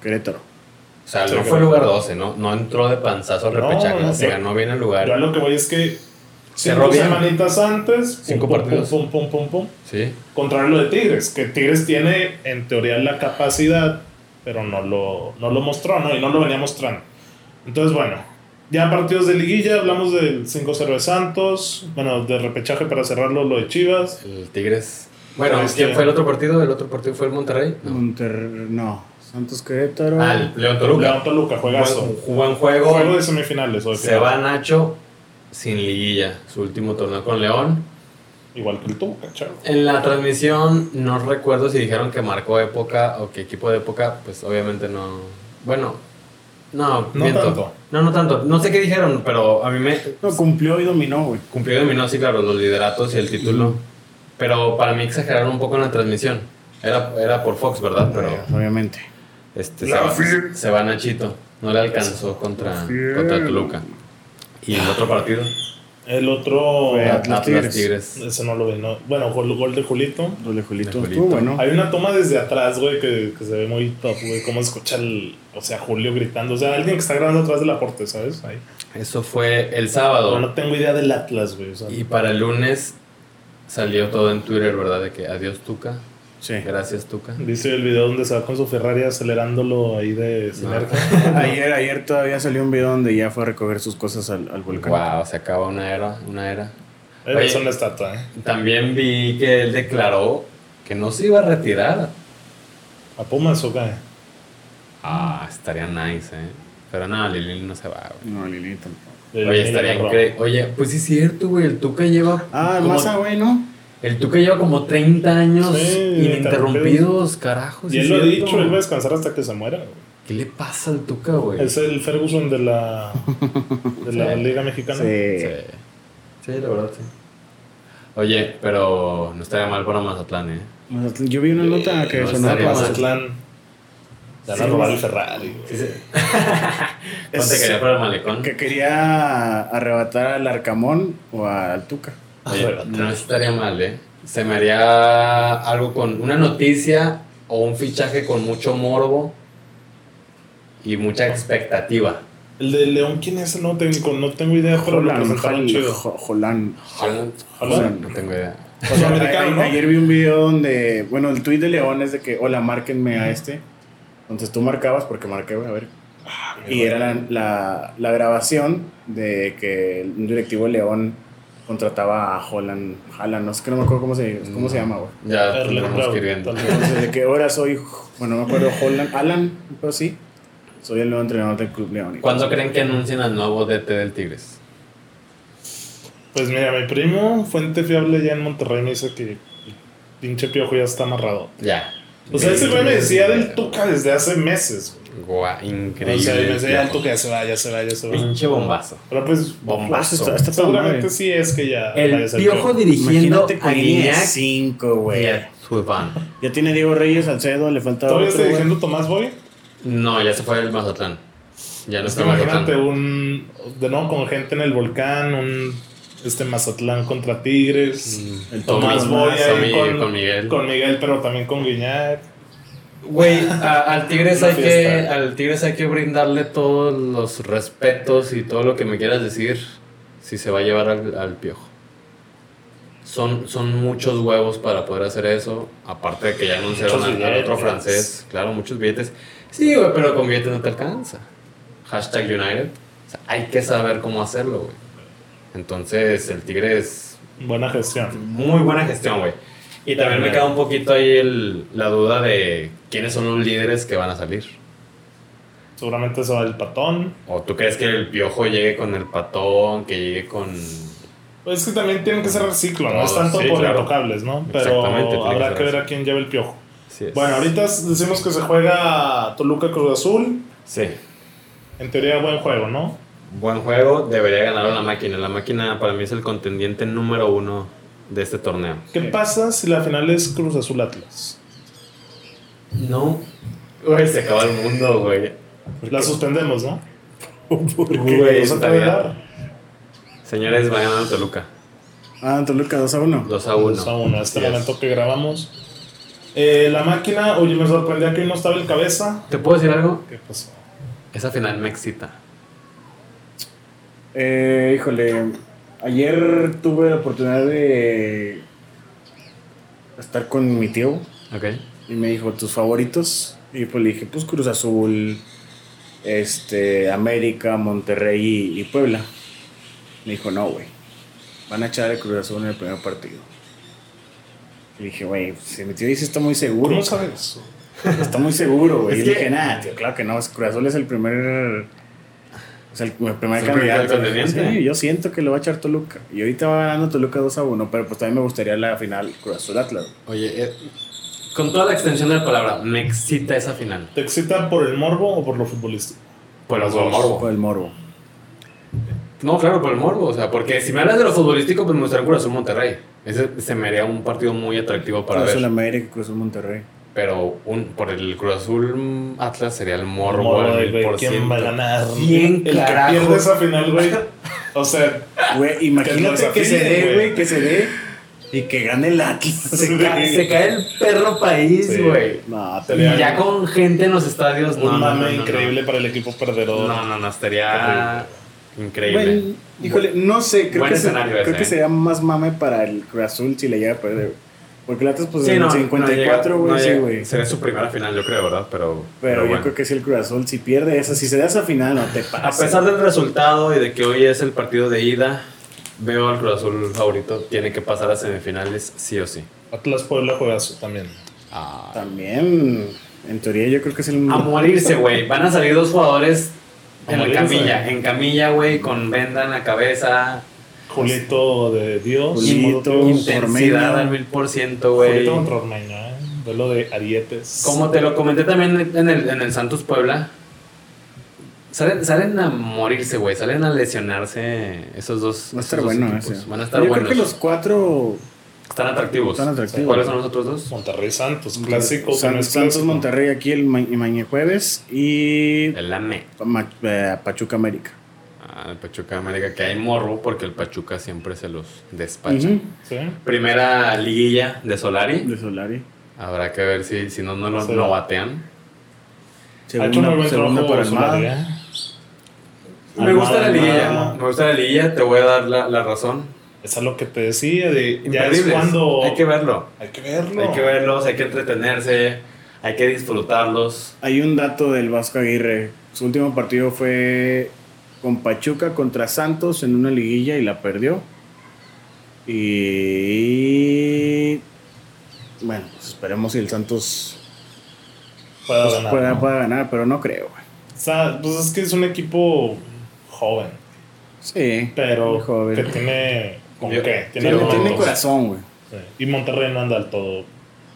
S3: Querétaro.
S2: O sea,
S1: Sí,
S2: no
S1: claro.
S2: fue el lugar 12, ¿no? No entró de panzazo al
S1: No,
S2: repechaje.
S1: no,
S2: se
S1: no.
S2: ganó bien el
S1: Yo a
S2: lugar.
S1: lo que voy es que cinco
S2: Cerró bien.
S1: semanitas antes, pum,
S2: Cinco
S1: pum,
S2: partidos.
S1: Pum, pum, pum, pum, pum.
S2: Sí.
S1: Contrario a lo de Tigres, que Tigres tiene en teoría la capacidad, pero no lo, no lo mostró, ¿no? Y no lo venía mostrando. Entonces, bueno, ya partidos de liguilla, hablamos del 5-0 de Santos, bueno, de repechaje para cerrarlo lo de Chivas.
S2: El Tigres. Bueno,
S1: Pero es
S2: ¿quién
S1: que-
S2: fue el otro partido? ¿El otro partido fue el Monterrey? No.
S3: Monter- no. Santos Querétaro.
S2: Ah, el
S1: León
S2: León Toluca.
S1: Toluca, juegazo.
S2: Buen, buen juego.
S1: Juego de semifinales o de
S2: Se
S1: final.
S2: va Nacho sin liguilla. Su último torneo con León.
S1: Igual que el Tuca, chavo.
S2: En la transmisión no recuerdo si dijeron que marcó época o que equipo de época, pues obviamente no. Bueno, no,
S1: No
S2: miento.
S1: tanto.
S2: No, no tanto. No sé qué dijeron, pero a mí me
S3: No, cumplió y dominó, güey.
S2: cumplió de mí, no, sí, claro, los lideratos y el título. Pero para mí exageraron un poco en la transmisión. Era, era por Fox, ¿verdad? Pero
S3: Obviamente.
S2: este, se,
S1: La
S2: va,
S1: fiel.
S2: se va Nachito. No le alcanzó contra, contra Toluca. Y el otro partido,
S1: El otro,
S3: Fue Atlas
S2: Atlas
S3: Tigres.
S2: Tigres.
S1: ese no lo vi, no. Bueno, gol, gol de Julito.
S3: Doble Julito.
S2: De Julito.
S3: Estuvo bueno.
S1: Hay una toma desde atrás, güey, que, que se ve muy top, güey. Cómo escucha el, o sea, Julio gritando. O sea, alguien que está grabando atrás del aporte, ¿sabes? Ahí.
S2: Eso fue el sábado.
S1: Pero no tengo idea del Atlas, güey. O sea,
S2: Y para el lunes salió todo en Twitter, ¿verdad? De que adiós Tuca,
S3: Sí.
S2: gracias Tuca.
S1: dice el video donde se va con su Ferrari acelerándolo ahí de sinergia.
S3: Ayer, ayer todavía salió un video donde ya fue a recoger sus cosas al, al volcán.
S2: Wow, se acaba una era, una era.
S1: Eh,
S2: Oye.
S1: Es una estatua, ¿eh?
S2: También vi que él declaró que no se iba a retirar.
S1: ¿A Pumas o qué?
S2: Ah, estaría nice, ¿eh? Pero no, Lili no se va, güey.
S3: No, Lili tampoco.
S1: De
S2: Oye,
S1: la
S2: estaría
S1: Liga Pro.
S2: increíble. Oye, pues sí es cierto, güey. El Tuca lleva.
S3: Ah, el
S2: como-
S3: Maza, güey, ¿no?
S2: El Tuca lleva como 30 años
S1: Sí,
S2: ininterrumpidos, carajo.
S1: Y
S2: sí
S1: él
S2: es
S1: lo ha
S2: cierto.
S1: dicho, él va a descansar hasta que se muera, güey.
S2: ¿Qué le pasa al Tuca, güey?
S1: Es el Ferguson de la, de la
S2: Sí.
S1: Liga Mexicana.
S2: Sí.
S3: Sí.
S2: Sí, la verdad, sí. Oye, pero no estaría mal para Mazatlán, ¿eh?
S3: Mazatlán- Yo vi una nota que
S2: No
S3: sonaba
S2: estaría mal.
S3: para
S1: Mazatlán. Le van a
S3: Sí.
S1: robar el Ferrari. güey.
S2: Sí, sí.
S3: Es-
S2: ¿Cuánto quería para el malecón?
S3: Que quería arrebatar al Arcamón o al Tuca.
S2: Oye, no estaría mal, ¿eh? Se me haría algo con una noticia o un fichaje con mucho morbo y mucha expectativa.
S1: El de León, ¿quién es? No tengo, no tengo idea, pero lo
S3: Holland,
S1: presentaron chido.
S3: Holland.
S2: Holland.
S1: Holland.
S2: No tengo idea.
S1: O sea, americano, ¿no?
S3: Ayer vi un video donde, bueno, el tweet de León es de que, hola, márquenme a este. Entonces tú marcabas, porque marqué, güey, a ver.
S1: Ah,
S3: Y era la, la- la grabación de que un directivo de León contrataba a Holland, Holland, no sé que no me acuerdo cómo se, cómo
S1: Mm.
S3: se llama, güey.
S2: Ya
S3: pues,
S1: Erlen
S2: tendremos
S1: Braut,
S2: que ir viendo.
S1: tal vez.
S3: Entonces, de que ahora soy, bueno, no me acuerdo, Holland, Alan, pero sí, soy el nuevo entrenador del Club León.
S2: ¿Cuándo creen que anuncien al nuevo DT del Tigres?
S1: Pues mira, mi primo, fuente fiable ya en Monterrey, me dice que el pinche piojo ya está amarrado.
S2: Ya.
S1: O sea, ese güey me decía del Tuca desde hace meses. güey.
S2: Guau, increíble.
S1: O sea, y me decía del Tuca, ya se va, ya se va, ya se va.
S2: Pinche bombazo.
S1: Pero pues,
S2: Bombazo.
S3: Ah, Está, está toda
S1: seguramente
S3: madre.
S1: sí es que ya. vaya a
S2: El
S1: ser
S2: piojo dirigiendo
S3: Imagínate
S2: a
S3: con línea
S2: Guiñac
S3: 5,
S2: y
S3: güey.
S2: a Zubán.
S3: Ya tiene Diego Reyes, Salcedo, le falta
S1: ¿Todavía
S3: otro,
S1: está
S3: güey.
S1: dirigiendo Tomás Boy?
S2: No, ya se fue el Mazatlán. Ya no
S1: Es
S2: está
S1: que
S2: en
S1: imagínate
S2: Mazatlán.
S1: un. De nuevo con gente en el volcán, un. Este Mazatlán contra Tigres.
S2: Mm.
S3: El
S1: Tomás
S3: Tomás
S1: Boy ahí
S2: Sammy
S1: con,
S2: con Miguel.
S1: con Miguel, pero también con Guiñac.
S2: Güey, a- al Tigres
S1: Una
S2: hay que
S1: fiesta.
S2: al Tigres hay que brindarle todos los respetos y todo lo que me quieras decir si se va a llevar al, al piojo. Son, son muchos huevos para poder hacer eso, aparte de que ya anunciaron
S1: Muchos
S2: al, al otro
S1: billetes.
S2: francés, claro, muchos billetes. Sí, güey, pero con billetes no te alcanza. Hashtag United. O sea, hay que saber cómo hacerlo, güey. Entonces, el Tigres
S1: Buena gestión.
S2: muy buena gestión, güey. Y también me queda un poquito ahí el- la duda de quiénes son los líderes que van a salir.
S1: Seguramente se va el patón.
S2: ¿O tú crees que el piojo llegue con el patón, que llegue con...
S1: Pues es que también tienen que ser reciclo, no
S2: No,
S1: es tanto
S2: sí,
S1: por
S2: claro.
S1: intocables, ¿no?
S2: Exactamente,
S1: Pero
S2: tiene que
S1: habrá
S2: ser
S1: que ver
S2: así.
S1: a quién lleva el piojo.
S2: Sí,
S1: Bueno, ahorita decimos que se juega Toluca Cruz Azul.
S2: Sí.
S1: En teoría, buen juego, ¿no?
S2: Buen juego, debería ganar la máquina. La máquina para mí es el contendiente número uno de este torneo.
S1: ¿Qué
S3: Sí.
S1: pasa si la final es Cruz Azul Atlas?
S2: No. Güey, se acaba el mundo, güey.
S1: La suspendemos, ¿no?
S3: ¿Por qué?
S2: Güey,
S1: No se
S2: está
S1: puede
S2: bien.
S1: dar.
S2: Señores, va ganando Toluca.
S3: Ah, Toluca 2 a 1.
S2: 2 a 1.
S1: Dos a uno, este
S2: Así es.
S1: momento que grabamos. Eh, la máquina, oye, me sorprendía que hoy no estaba el cabeza.
S2: ¿Te puedo decir algo?
S1: ¿Qué pasó?
S2: Esa final me excita.
S3: Eh, híjole, ayer tuve la oportunidad de estar con mi tío
S2: ¿Ok?
S3: y me dijo tus favoritos. Y pues le dije, pues Cruz Azul, este, América, Monterrey y, y Puebla. Me dijo, no, güey, van a echar el Cruz Azul en el primer partido. Y dije, güey, si mi tío dice está muy seguro.
S1: ¿Cómo sabes?
S3: Está muy seguro, güey.
S2: Es
S3: Y
S2: que-
S3: dije, nada, tío, claro que no. es- Cruz Azul es el primer. Es el primer
S2: el primer
S3: candidato.
S2: contendiente.
S3: Sí, yo siento que lo va a echar Toluca. Y ahorita va ganando Toluca 2 a 1, pero pues también me gustaría la final Cruz Azul Atlas.
S2: Oye, eh, con toda la extensión de la palabra, me excita esa final.
S1: ¿Te excita por el morbo o por lo futbolístico?
S2: Por Pues los
S3: Por el morbo.
S2: No, claro, por el morbo. O sea, porque si me hablas de lo futbolístico, pues me gustaría el Cruz Azul Monterrey. Ese se me haría un partido muy atractivo para
S3: Cruz Azul
S2: ver.
S3: América, Cruz Azul Monterrey.
S2: Pero un, por el Cruz Azul mm, Atlas sería el morbo.
S1: Morbo de,
S2: al
S1: güey,
S2: 1000%.
S1: ¿Quién va a ganar?
S2: ¿Quién
S1: el
S2: carajo?
S1: que pierde esa final, güey. O sea,
S3: Güey,
S1: Que nos
S3: imagínate que se
S1: afinen,
S3: dé,
S1: güey.
S3: güey, que se dé. Y que gane el Atlas.
S2: Se, cae, se cae el perro país,
S1: Sí.
S2: güey.
S3: No,
S1: Se
S3: te
S1: le
S2: Y ya con gente en los estadios,
S1: un
S2: no. no,
S1: mame
S2: no, no, no.
S1: increíble para el equipo
S2: No,
S1: perdedor.
S2: no, no, estaría increíble.
S3: Bueno, híjole, no sé, creo,
S2: Buen
S3: que, se-
S2: escenario
S3: creo
S2: ese,
S3: que
S2: ¿eh?
S3: sería más mame para el Cruz Azul si le llega a perder. güey. Porque el Atlas, pues,
S2: Sí,
S3: en
S2: no, no
S3: 54,
S2: llega-
S3: güey,
S2: no
S3: sí,
S2: llega.
S3: güey.
S2: Sería su primera final, yo creo, ¿verdad? Pero,
S3: Pero, yo
S2: bueno.
S3: creo que si el Cruz Azul si pierde esa, si se da esa final, no te pasa.
S2: A pesar del resultado y de que hoy es el partido de ida, veo al Cruz Azul favorito. Tiene que pasar a semifinales sí o sí.
S1: Atlas Puebla juegazo también.
S3: Ah. También, en teoría, yo creo que es el.
S2: A morirse, güey. Van a salir dos jugadores
S1: A
S2: en la
S1: morirse.
S2: camilla. En camilla, güey, con venda en la cabeza.
S1: Julito de Dios.
S3: Julito.
S1: Modo Dios.
S2: Intensidad
S3: Ormeño.
S2: al mil por ciento, güey.
S1: Julito contra Ormeño, eh. Duelo de arietes.
S2: Como te lo comenté también en el, en el Santos Puebla, salen, salen a morirse, güey. Salen a lesionarse esos dos.
S3: Va a estar
S2: esos dos
S3: bueno
S2: equipos.
S3: ese.
S2: Van a estar
S3: Yo
S2: buenos.
S3: creo que los cuatro.
S2: Están atractivos.
S3: Están atractivos.
S2: ¿Cuáles son los otros dos?
S1: Monterrey Santos, clásico. que
S3: Mm, San-
S1: no es
S3: Santos
S1: clásico.
S3: Monterrey aquí el ma- y mañana jueves. Y.
S2: El AME.
S3: Ma- eh, Pachuca América.
S2: Ah, el Pachuca América, que hay morro porque el Pachuca siempre se los despacha.
S3: Ujú.
S1: Sí.
S2: Primera liguilla de Solari.
S3: De Solari.
S2: Habrá que ver si, si no, no lo
S1: Sí.
S2: no batean.
S1: ha hecho muy buen
S3: segunda
S1: trabajo
S3: para
S1: Solari,
S3: Almada.
S1: ¿eh? Ah,
S2: Me gusta la
S1: Almada,
S2: liguilla.
S1: Almada.
S2: Me gusta la liguilla, te voy a dar la, la razón.
S1: Eso es lo que te decía. De, ya es
S2: Imperdibles.
S1: cuando.
S2: Hay que verlo.
S1: hay que verlo.
S2: Hay que verlos, hay que entretenerse, hay que disfrutarlos.
S3: Hay un dato del Vasco Aguirre. Su último partido fue con Pachuca contra Santos en una liguilla y la perdió. Y. Bueno, pues esperemos si el Santos
S1: Pueda
S3: pues,
S1: ganar,
S3: pueda,
S1: ¿no?
S3: pueda ganar, pero no creo, güey.
S1: O sea, pues es que es un equipo joven,
S3: Sí.
S1: pero
S3: Muy joven.
S1: que tiene. ¿Con
S2: Yo-
S1: qué?
S2: Tiene
S3: Tiene, tiene
S1: argumentos.
S3: corazón, güey.
S1: Sí. Y Monterrey no anda al todo.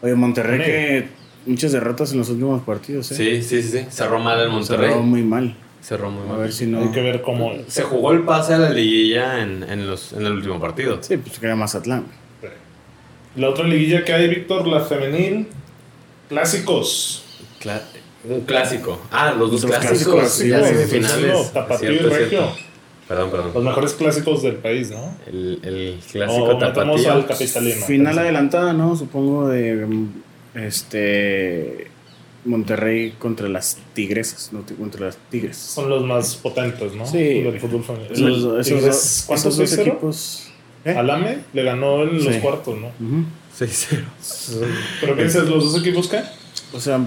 S3: Oye, Monterrey
S1: Amigo.
S3: que muchas derrotas en los últimos partidos, ¿eh?
S2: Sí, sí, sí. sí. Cerró mal el
S3: Se robó
S2: Monterrey.
S3: muy mal.
S2: Cerró muy
S3: A
S2: mal.
S3: ver si no.
S1: Hay que ver cómo.
S2: Se jugó el pase a la liguilla en, en los, en el último partido.
S3: Sí, pues que era Mazatlán.
S1: La otra liguilla que hay, Víctor, la femenil. Clásicos.
S2: Cla- un clásico. Ah, los dos
S3: Los
S2: clásicos.
S3: clásicos,
S2: ya
S3: sí,
S2: semifinales.
S1: los dos, Tapatío y
S2: Cierto,
S1: Regio.
S2: cierto. Perdón, perdón.
S1: Los mejores clásicos del país, ¿no?
S2: El, el clásico
S1: O metemos
S2: tapatío.
S1: al capitalino.
S3: Final adelantada, ¿no? Supongo de mm, este Monterrey contra las Tigresas, no Ti- contra las Tigres.
S1: Son los más potentes, ¿no?
S3: Sí.
S1: Del fútbol femenil.
S3: Esos, esos
S1: Tigres,
S3: dos-
S1: ¿Cuántos
S3: esos dos
S1: cero?
S3: equipos? ¿Eh?
S1: Alame le ganó en los
S3: Sí.
S1: cuartos, ¿no?
S3: Ujú.
S2: 6-0.
S1: ¿Pero qué dices? ¿Los dos equipos qué?
S3: O sea,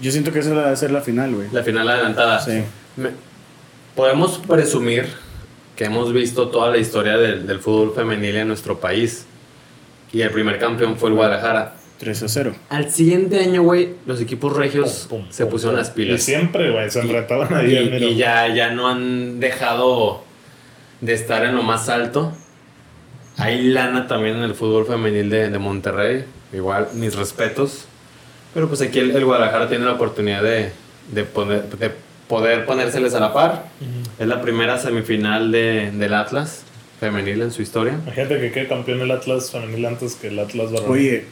S3: yo siento que esa va a ser la final, güey.
S2: La final adelantada.
S3: Sí.
S2: Me- podemos presumir que hemos visto toda la historia del, del fútbol femenil en nuestro país. Y el primer campeón fue el Guadalajara.
S3: 3 a 0.
S2: Al siguiente año, güey, los equipos regios
S1: Pum, pum,
S2: se
S1: pum,
S2: pusieron
S1: pum.
S2: las pilas.
S1: Y siempre, güey, se enfrentaban ahí.
S2: y,
S1: al mero.
S2: y ya, ya no han dejado de estar en lo más alto. Hay lana también en el fútbol femenil de, de Monterrey. Igual, mis respetos. Pero pues aquí el, el Guadalajara tiene la oportunidad de, de, poner- de poder ponérseles a la par.
S1: Ujú.
S2: Es la primera semifinal de- del Atlas femenil en su historia.
S1: Imagínate que quede campeón el Atlas femenil antes que el Atlas varón.
S3: Oye,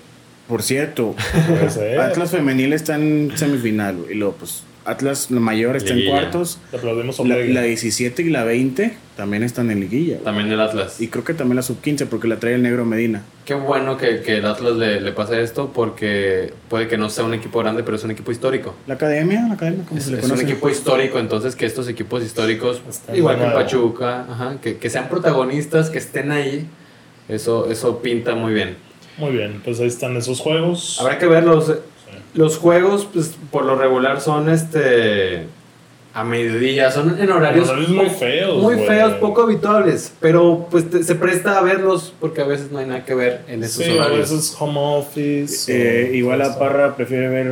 S3: por cierto,
S1: Puede ser.
S3: Atlas femenil está en semifinal, güey. Y luego, pues, Atlas la mayor está en
S2: Liguilla.
S3: cuartos.
S1: Te aplaudimos a
S3: La,
S1: Ortega.
S3: la 17 y la 20 también están en liguilla. güey.
S2: También el Atlas.
S3: Y creo que también la sub 15 porque la trae el negro Medina.
S2: Qué bueno que, que el Atlas le, le pase esto porque puede que no sea un equipo grande, pero es un equipo histórico.
S3: La academia, la academia, como
S2: Es,
S3: se le
S2: es un
S3: conoce.
S2: equipo histórico, entonces que estos equipos históricos,
S1: Están
S2: igual que el
S1: nuevo.
S2: Pachuca, ajá, que, que sean protagonistas, que estén ahí, eso, eso pinta muy bien.
S1: Muy bien, pues ahí están esos juegos.
S2: Habrá que ver los, los juegos, pues por lo regular son este a mediodía, son en horarios,
S1: Horarios muy
S2: po-
S1: feos,
S2: muy
S1: güey.
S2: feos, poco habituales, pero pues te- se presta a verlos porque a veces no hay nada que ver en esos
S1: Sí, a
S2: horarios.
S1: veces home office. pues,
S3: Eh,
S1: o-
S3: igual
S1: o
S3: a
S1: sea,
S3: Parra prefiere ver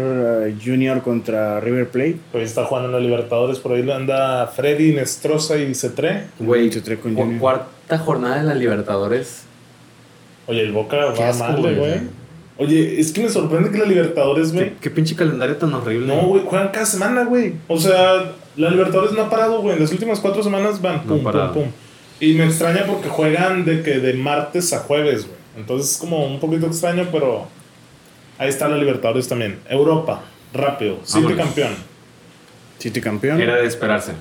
S3: eh, Junior contra River Plate.
S1: Pues está jugando en la Libertadores, por ahí lo anda Freddy, Nestroza y Cetré.
S2: Güey,
S3: Se trae con
S2: cu-
S3: Junior.
S2: cuarta jornada de la Libertadores.
S1: Oye, el Boca
S2: Qué
S1: va
S2: asco,
S1: mal,
S2: güey.
S1: güey. Oye, es que me sorprende que la Libertadores, güey.
S2: Qué, qué pinche calendario tan horrible.
S1: No, güey, juegan cada semana, güey. O sea, la Libertadores no ha parado, güey. En las últimas cuatro semanas van
S2: No ha
S1: pum, pum,
S2: parado.
S1: pum. Y me extraña porque juegan de que de martes a jueves, güey. Entonces es como un poquito extraño, pero ahí está la Libertadores también. Europa, rápido. City
S2: Vámonos.
S1: campeón.
S3: City campeón.
S2: Era de esperarse.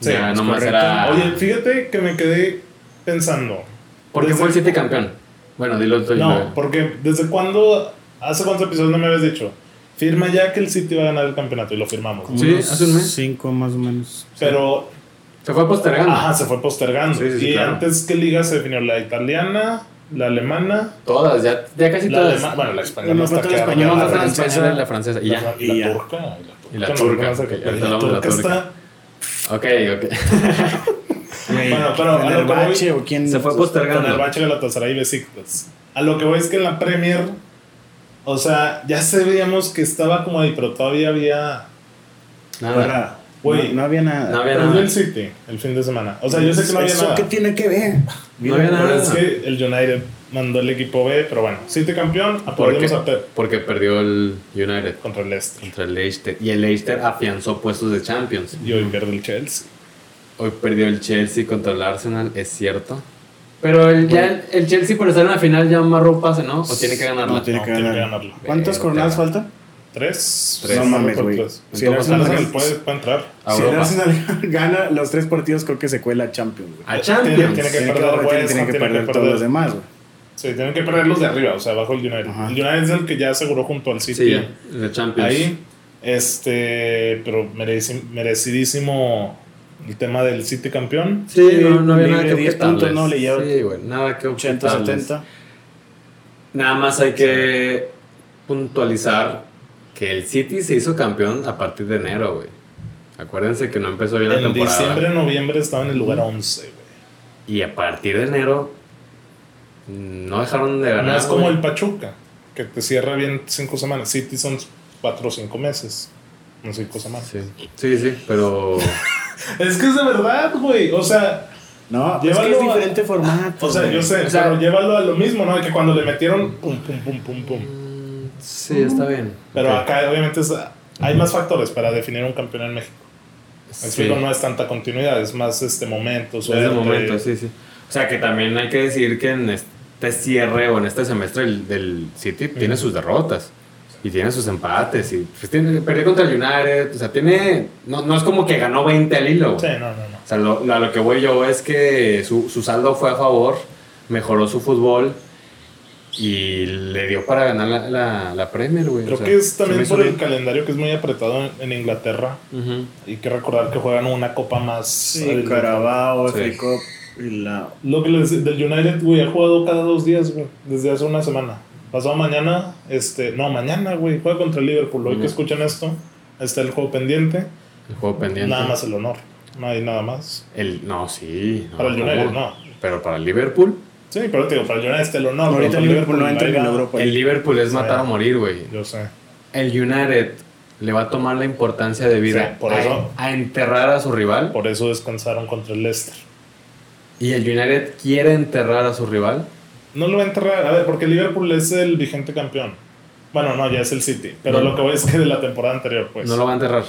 S1: Sí,
S2: ya
S1: es
S2: nomás
S3: correcto.
S2: era.
S1: Oye, fíjate que me quedé pensando.
S2: ¿Por qué
S1: desde-
S2: fue el 7 campeón? Bueno, dilo tú.
S1: pues, No, porque desde cuándo, hace cuántos episodios no me habías dicho, firma ya que el City va a ganar el campeonato y lo firmamos.
S3: Como
S1: ¿no?
S2: Sí,
S3: unos
S2: hace un mes.
S3: Cinco más o menos.
S1: Pero
S2: Se fue postergando.
S1: Ajá, se fue postergando.
S2: Sí, sí, sí,
S1: y
S2: claro.
S1: antes, ¿qué liga se definió? ¿La italiana? ¿La alemana?
S2: Todas, ya, ya casi
S1: La
S2: todas.
S1: alema- bueno, la española.
S3: Nos
S1: hasta
S3: falta la
S1: que-
S3: española,
S1: la
S2: la,
S3: francesa,
S2: española y la francesa. Y
S1: la-
S2: ya.
S1: la
S3: y ya.
S1: turca.
S2: Y la
S1: no,
S2: turca,
S1: no sé qué-
S2: que ahorita hablamos de la
S1: turca
S2: turca.
S1: está-
S2: Ok, ok.
S1: Bueno, pero a lo que voy-
S3: bache o quién.
S2: Se fue
S1: con el
S2: postergando.
S1: Bache Galatasaray y Besiktas. A lo que voy es que en la Premier, o sea, ya se veíamos que estaba como ahí, pero todavía había.
S2: Nada.
S3: Parra.
S1: Güey.
S3: No, no había nada.
S2: No había
S1: Perdió
S2: nada.
S1: el City el fin de semana. O sea, yo sé que no había
S3: ¿Eso
S1: nada.
S3: qué tiene que ver?
S2: No había
S1: Pero
S2: nada.
S1: es que el United mandó el equipo B, pero bueno, City campeón, aplaudimos a Pep
S2: Porque perdió el United
S1: contra el Leicester.
S2: contra el Leicester. Y el Leicester afianzó puestos de Champions.
S1: Y hoy pierde el Chelsea.
S2: Hoy perdió el Chelsea contra el Arsenal, es cierto. Pero el, ya el, el Chelsea por estar en la final ya amarró pase, ¿no? O tiene que ganarla.
S3: No, tiene
S1: No,
S3: que
S1: tiene
S3: ganar.
S1: que ganarlo.
S3: ¿Cuántas
S2: Verga.
S3: jornadas faltan?
S1: Tres.
S2: Tres.
S3: No
S1: Sí,
S3: mames,
S1: por
S3: güey.
S1: tres.
S2: Entonces,
S3: Si el
S1: El Arsenal
S3: Arsenal,
S1: puede, puede entrar.
S2: A
S3: si el
S2: Europa.
S3: Arsenal gana los tres partidos, creo que se cuela a Champions, güey.
S1: Tiene,
S2: A Champions.
S1: tiene que
S3: Tiene
S1: perder
S3: tiene-
S1: West
S3: tiene
S1: Ham,
S3: que perder todos los demás, güey.
S1: Sí, tienen que perder los de arriba, o sea, bajo el United.
S3: Ajá.
S1: El United es el que ya aseguró junto al City.
S2: Sí, pues. de Champions.
S1: Ahí, este, pero mereci- merecidísimo el tema del City campeón.
S2: Sí, no, no había
S3: Libre
S2: nada que
S3: 10 puntos,
S2: objetarles.
S3: no, le lleva
S2: Sí, güey, nada que
S3: 80,
S2: objetarles.
S3: 70.
S2: Nada más hay que puntualizar que el City se hizo campeón a partir de enero, güey. Acuérdense que no empezó bien la
S1: En
S2: temporada.
S1: diciembre, noviembre estaba en el lugar 11, güey.
S2: Y a partir de enero no dejaron de ganar.
S1: No es como
S2: Ah, güey.
S1: el Pachuca, que te cierra bien cinco semanas. City son cuatro o cinco meses. No cinco semanas.
S2: Sí, sí, sí, pero.
S1: Es que es de verdad, güey. O sea,
S3: No, es que
S1: Llévalo
S3: es
S1: a-
S3: diferente formato.
S1: o sea,
S3: güey.
S1: yo sé,
S2: O sea-
S1: pero llévalo a lo mismo, ¿no? Que cuando le metieron pum, pum, pum, pum, pum.
S2: Mm, sí, está bien.
S1: Pero
S2: Ok.
S1: acá obviamente es- hay más factores para definir un campeón en México. Me
S2: Sí.
S1: explico, no es tanta continuidad, es más este momento,
S2: Es
S1: suerte.
S2: de momento, sí, sí. O sea, que también hay que decir que en este cierre o en este semestre el- del City tiene sus derrotas y tiene sus empates y pues, tiene, perdió contra el United, o sea, tiene no, no es como que ganó 20 al hilo. güey.
S1: Sí, no, no, no.
S2: O sea, lo, lo- a lo que voy yo es que su, su saldo fue a favor, mejoró su fútbol y le dio para ganar la, la, la Premier, güey.
S1: Creo
S2: O sea,
S1: que es
S2: se me
S1: también
S2: hizo
S1: por el
S2: bien.
S1: calendario que es muy apretado en, en Inglaterra.
S2: Ujú.
S1: Hay que recordar que juegan una copa más.
S3: Sí,
S1: al-
S3: Carabao,
S2: Sí.
S3: FA Cup y la.
S1: Lo que les, del United, güey, ha jugado cada dos días, güey, desde hace una semana. Pasado mañana, este, no, mañana, güey, juega contra el Liverpool. Hoy que
S2: Ujú.
S1: escuchan esto, está el juego pendiente.
S2: el juego pendiente.
S1: Nada más el honor, no hay nada más.
S2: El, no, sí. no,
S1: Para el
S2: ¿cómo?
S1: United, no.
S2: Pero para el Liverpool.
S1: Sí, pero te digo, para el United está el honor. pero
S3: Ahorita
S1: para
S3: el Liverpool no
S1: ahí
S3: entra en
S1: va.
S3: Europa.
S2: El Liverpool es matar
S1: Sí.
S2: o morir, güey.
S1: Yo sé.
S2: El United le va a tomar la importancia de vida
S1: Sí, por
S2: a-
S1: eso.
S2: A, enterrar a su rival.
S1: Por eso descansaron contra el Leicester.
S2: Y el United quiere enterrar a su rival.
S1: No lo va a enterrar, a ver, porque el Liverpool es el vigente campeón. Bueno, no, ya es el City. Pero
S2: No.
S1: lo que voy es que de la temporada anterior, pues.
S2: No lo va a enterrar. O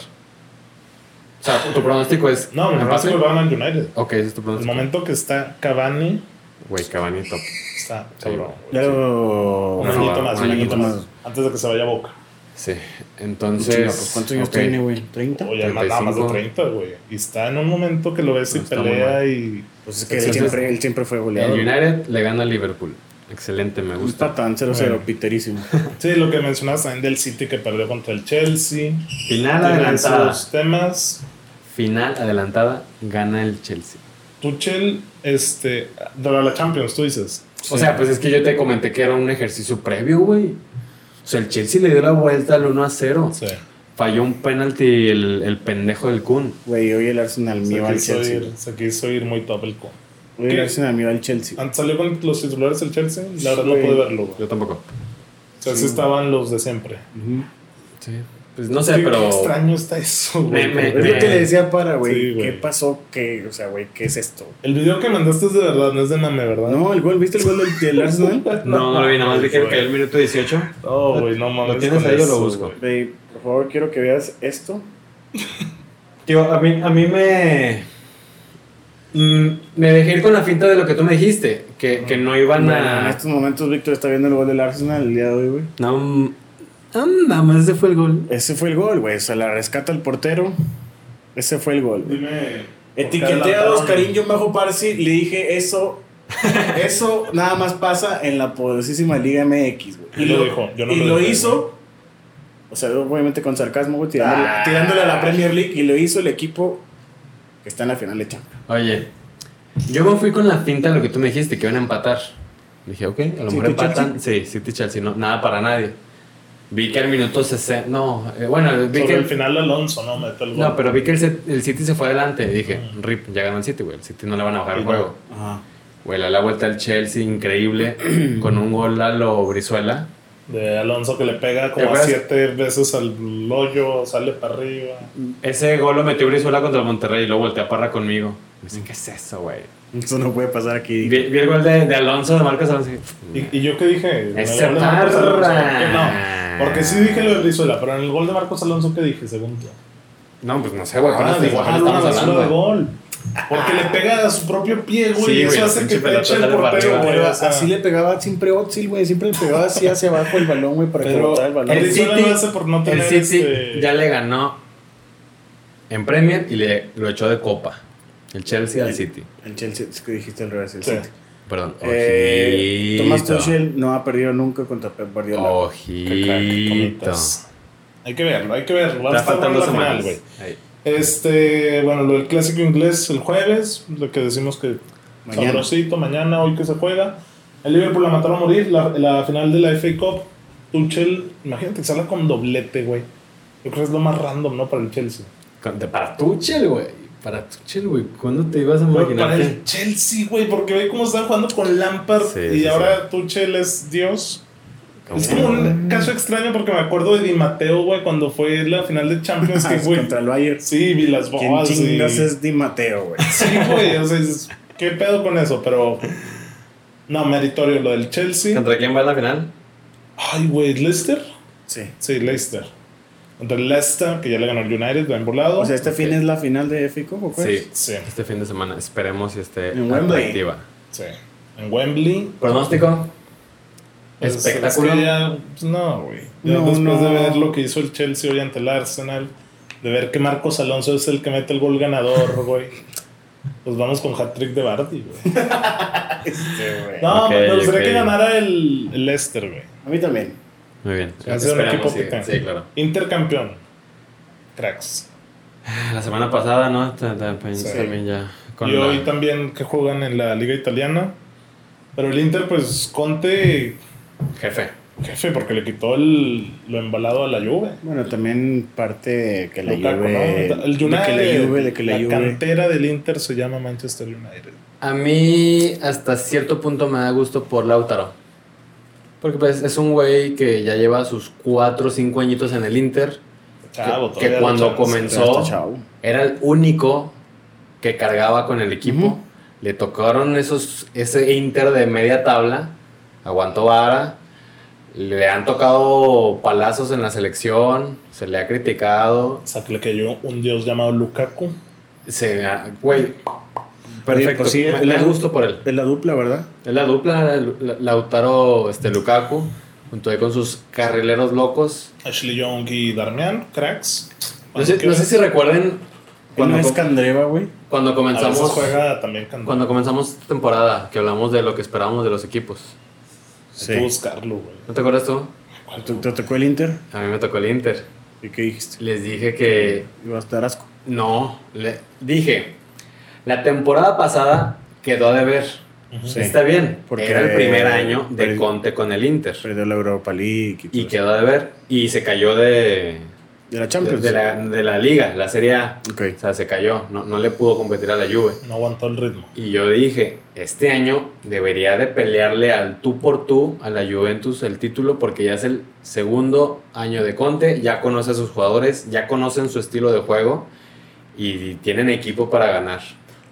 S2: sea, tu pronóstico es.
S1: No, me
S2: ¿empate?
S1: parece que van al United.
S2: Ok, ese es tu
S1: El
S2: pronóstico.
S1: momento que está Cavani,
S2: Güey, Cavani top.
S1: está cabrón. güey.
S3: Pero.
S1: Un
S2: No,
S1: añito
S2: va,
S1: más,
S2: un
S1: un
S2: añito
S1: añito más. Antes de que se vaya a Boca.
S2: Sí.
S3: Chinga,
S2: Entonces.
S3: pues, ¿Cuántos años
S2: ok.
S3: tiene, güey? ¿30?
S1: Oye, además, nada más de
S2: 35.
S1: 30, güey. Y está en un momento que lo ves y
S2: No está
S1: pelea
S2: mal.
S1: y.
S3: Pues es que él
S2: Entonces-
S3: siempre, él siempre fue
S2: El
S3: goleador.
S2: United le gana al Liverpool. Excelente, me
S3: Un
S2: gusta.
S3: patán 0-0,
S1: Bueno.
S3: piterísimo.
S1: Sí, lo que mencionas también del City que perdió contra el Chelsea.
S2: Final
S1: Tiene
S2: adelantada.
S1: sus temas.
S2: Final adelantada gana el Chelsea.
S1: Tuchel, este. De la Champions, tú dices.
S2: O sea, pues es que yo te comenté que era un ejercicio previo, güey. O sea, el Chelsea le dio la vuelta al 1 a 0.
S1: Sí.
S2: Falló un penalti el, el pendejo del Kun.
S3: Güey, hoy el Arsenal mío
S1: Se
S3: al
S1: quiso,
S3: Chelsea.
S1: ir, se quiso ir muy top el co.
S3: Hoy
S1: ¿Qué? Ah,
S3: el Arsenal mío al Chelsea.
S1: Antes salió con los titulares del Chelsea, la verdad no
S3: Güey.
S1: pude verlo. güey.
S2: Yo tampoco.
S1: O sea, sí
S3: Sí.
S1: estaban los de siempre.
S3: Ujú.
S2: Sí. Pues no sé,
S1: Qué- qué
S2: pero.
S1: extraño está eso, güey.
S2: Me- me-
S3: Es lo que le decía para,
S1: Sí,
S3: güey.
S1: güey.
S3: ¿Qué pasó? ¿Qué? O sea, güey, ¿qué es esto?
S1: El video que mandaste es de verdad, no es de mame, ¿verdad?
S3: No, el gol, ¿viste el gol del, del Arsenal?
S2: No, no lo vi, nada más dije
S1: Güey.
S2: que el minuto 18.
S1: No, güey, no mames.
S2: ¿Lo tienes
S1: con
S2: ahí o lo
S1: eso,
S2: busco?
S1: güey.
S3: Güey, por favor, quiero que veas esto.
S2: Tío, a mí, a mí me. mm, me dejé ir con la finta de lo que tú me dijiste. Que, que no iban
S3: Bueno, en
S2: a.
S3: estos momentos Víctor está viendo el gol del Arsenal el día de hoy, güey.
S2: No. mm, Nada más ese fue el gol.
S3: Ese fue el gol, güey. O sea, la rescata el portero. Ese fue el gol. güey.
S1: Dime. ¿por qué
S3: Etiqueté a
S1: adelantaron?
S3: Oscarín yo bajo Parsi, le dije eso. Eso nada más pasa en la poderosísima Liga MX, güey.
S1: Él lo dijo, yo no
S3: y
S1: lo
S3: lo
S1: dije,
S3: hizo. O sea, obviamente con sarcasmo, güey, tirándole,
S1: Ah.
S3: tirándole a la Premier League. Y lo hizo el equipo que está en la final de Champions.
S2: Oye, yo me fui con la finta de lo que tú me dijiste, que iban a empatar. Dije, ok, a lo mejor
S3: City,
S2: empatan. Sí, City Chelsea, no, nada para nadie. Vi que al minuto 60. No, eh, bueno, vi que.
S1: Sobre el final Alonso, no, mete el gol.
S2: No, pero vi que el, Cet- el City se fue adelante. Dije, rip, ya ganó el City, güey. El City no le van a bajar el
S1: Y
S2: juego.
S3: Ajá.
S2: Güey, le da la vuelta al Chelsea, increíble. con un gol a lo Brizuela.
S1: De Alonso que le pega
S2: ¿Te
S1: como a
S2: acuerdas?
S1: siete veces al hoyo, sale para arriba.
S2: Ese gol lo metió Brizuela contra el Monterrey y lo voltea a parra conmigo. Me dicen, ¿qué es eso, güey?
S3: Eso no puede pasar aquí.
S2: Vi, vi el gol de, de Alonso, de Marcos Alonso. y-
S1: ¿Y, y yo qué dije?
S2: Ese
S1: En el gol de Marcos Alonso,
S2: barra.
S1: que no, porque sí dije lo de Brizuela, pero en el gol de Marcos Alonso, ¿qué dije? Según tú.
S2: No, pues no sé, güey. con
S1: Ah,
S2: este
S1: digo,
S2: jugador
S1: ah, una
S2: estamos
S1: basura de
S2: hablando.
S1: gol. Porque le pega a su propio pie, güey,
S2: Sí,
S1: y eso
S2: güey,
S1: hace
S2: pinche
S1: que te
S2: pelota
S1: eche el
S2: sale para
S1: portero,
S2: arriba,
S1: güey.
S3: Pero
S1: o sea,
S3: así le pegaba siempre Otsil, güey. Siempre le pegaba así hacia abajo el balón, güey, para que
S1: Pero
S3: botara el balón.
S1: el
S2: El
S1: Brizuela
S2: City-
S1: lo hace por no
S2: El
S1: tener
S2: City
S1: este-
S2: ya le ganó en Premier y le, lo echó de copa. El Chelsea al
S3: El-
S2: City.
S3: El Chelsea, es que dijiste al revés, el
S1: Sí.
S3: City.
S2: Perdón.
S3: Eh, Thomas
S2: ojito.
S3: Tuchel no ha perdido nunca contra Pep Guardiola.
S2: Oh,
S1: Qué crack,
S2: Ojito.
S1: comitas. Hay que verlo, hay que verlo. Va a
S2: Está
S1: estar
S2: faltando
S1: buena la
S2: semanas.
S1: final, güey.
S2: Ahí.
S1: Este, bueno, lo del clásico inglés el jueves, lo que decimos que
S3: Mañana.
S1: sabrosito, mañana, hoy que se juega. El Liverpool la mataron a morir, la, la final de la FA Cup, Tuchel, imagínate que salga con doblete, güey. Yo creo que es lo más random, ¿no? Para el Chelsea.
S2: Con- de- Para Tuchel, güey. Para Tuchel, güey. ¿Cuándo te ibas a
S1: Güey,
S2: imaginar
S1: para
S2: que-
S1: el Chelsea, güey, porque ve cómo están jugando con Lampard
S2: Sí,
S1: y
S2: sí,
S1: ahora Tuchel es Dios.
S2: ¿Cómo?
S1: Es como un caso extraño porque me acuerdo de Di Mateo, güey, cuando fue la final de Champions que, güey.
S3: Ah,
S1: ah,
S3: contra el Bayern.
S1: Sí, vi las
S3: ¿Quién
S1: boas. y-
S3: chingas es Di Mateo, güey?
S1: Sí, güey, o sea, es- ¿qué pedo con eso? Pero. No, meritorio lo del Chelsea.
S2: ¿Contra quién va la final?
S1: Ay, güey, ¿Leicester?
S3: Sí.
S1: Sí, Leicester. Contra el Leicester, que ya le ganó el United, va embolado.
S3: O sea, ¿este fin
S2: Ok.
S3: es la final de FA Cup o cuál?
S2: Sí.
S1: sí,
S2: Este fin de semana. Esperemos si esté
S3: En Wembley.
S2: atractiva.
S1: sí. En Wembley.
S2: ¿Pronóstico?
S1: pues,
S2: Espectáculo.
S1: es que ya- pues, no, güey. Ya
S3: No,
S1: después
S3: no.
S1: de ver lo que hizo el Chelsea hoy ante el Arsenal, de ver que Marcos Alonso es el que mete el gol ganador, güey. Pues vamos con hat-trick de Bardi, güey.
S3: Sí, Este, güey.
S1: No,
S2: Ok,
S1: me gustaría
S2: ok.
S1: que ganara el, el Leicester, güey.
S3: A mí también.
S2: Muy bien.
S1: Ha sido un equipo
S2: Esperemos, sí,
S1: picante.
S2: sí, claro.
S1: Intercampeón. Cracks.
S2: La semana pasada, ¿no? Ta- ta- También,
S1: Sí.
S2: también ya. con
S1: y
S2: la-
S1: hoy también que juegan en la liga italiana. Pero el Inter, pues, Conte,
S2: Jefe.
S1: jefe, porque le quitó el, lo embalado a la Juve.
S3: Bueno, también parte de que la
S1: Lukaku,
S3: Juve...
S1: ¿no? El
S3: de que
S1: United,
S3: la Juve, de que la,
S1: la
S3: Juve...
S1: cantera del Inter se llama Manchester United.
S2: A mí hasta cierto punto me da gusto por Lautaro. Porque pues es un güey que ya lleva sus 4 o 5 añitos en el Inter.
S1: Chavo,
S2: que
S1: todavía
S2: cuando
S1: lo chance.
S2: comenzó-
S3: Pero está chavo.
S2: Era el único que cargaba con el equipo.
S3: Ujú.
S2: Le tocaron esos, ese Inter de media tabla. Aguantó vara. Le han tocado palazos en la selección. Se le ha
S1: O
S2: criticado.
S1: sea, que le cayó un dios llamado Lukaku.
S2: Se ha- Güey. Perfecto.
S3: pues sí,
S2: me,
S3: el-
S2: me da gusto por él.
S3: Es la dupla, ¿verdad?
S2: Es la dupla Lu- La- Lautaro este, Lukaku, junto ahí con sus carrileros locos.
S1: Ashley Young y Darmian, cracks.
S2: No sé, no sé si recuerden
S3: Cuando
S2: cuando,
S3: no es
S2: co-
S3: Candreva, güey.
S2: cuando
S1: A veces
S2: comenzamos
S1: juega también cuando,
S2: cuando comenzamos temporada, que hablamos de lo que esperábamos de los equipos.
S1: Hay que buscarlo, güey.
S2: ¿No te acuerdas tú?
S3: ¿Te, te tocó el Inter?
S2: A mí me tocó el Inter.
S3: ¿Y qué dijiste?
S2: Les dije que
S3: Iba a estar asco.
S2: no, le dije, la temporada pasada quedó a deber.
S3: Sí.
S2: Está bien,
S3: Porque-
S2: era el primer año de
S3: pero-
S2: Conte con el Inter
S3: Perdió la Europa League y, todo
S2: y
S3: eso.
S2: quedó a deber y se cayó de
S3: De la
S2: de,
S3: Champions.
S2: de la, de la liga, la Serie A.
S3: Ok.
S2: O sea, se cayó, no, no le pudo competir a la Juve.
S1: No aguantó el ritmo.
S2: Y yo dije, este año debería de pelearle al tú por tú a la Juventus el título porque ya es el segundo año de Conte, ya conoce a sus jugadores, ya conocen su estilo de juego y tienen equipo para ganar.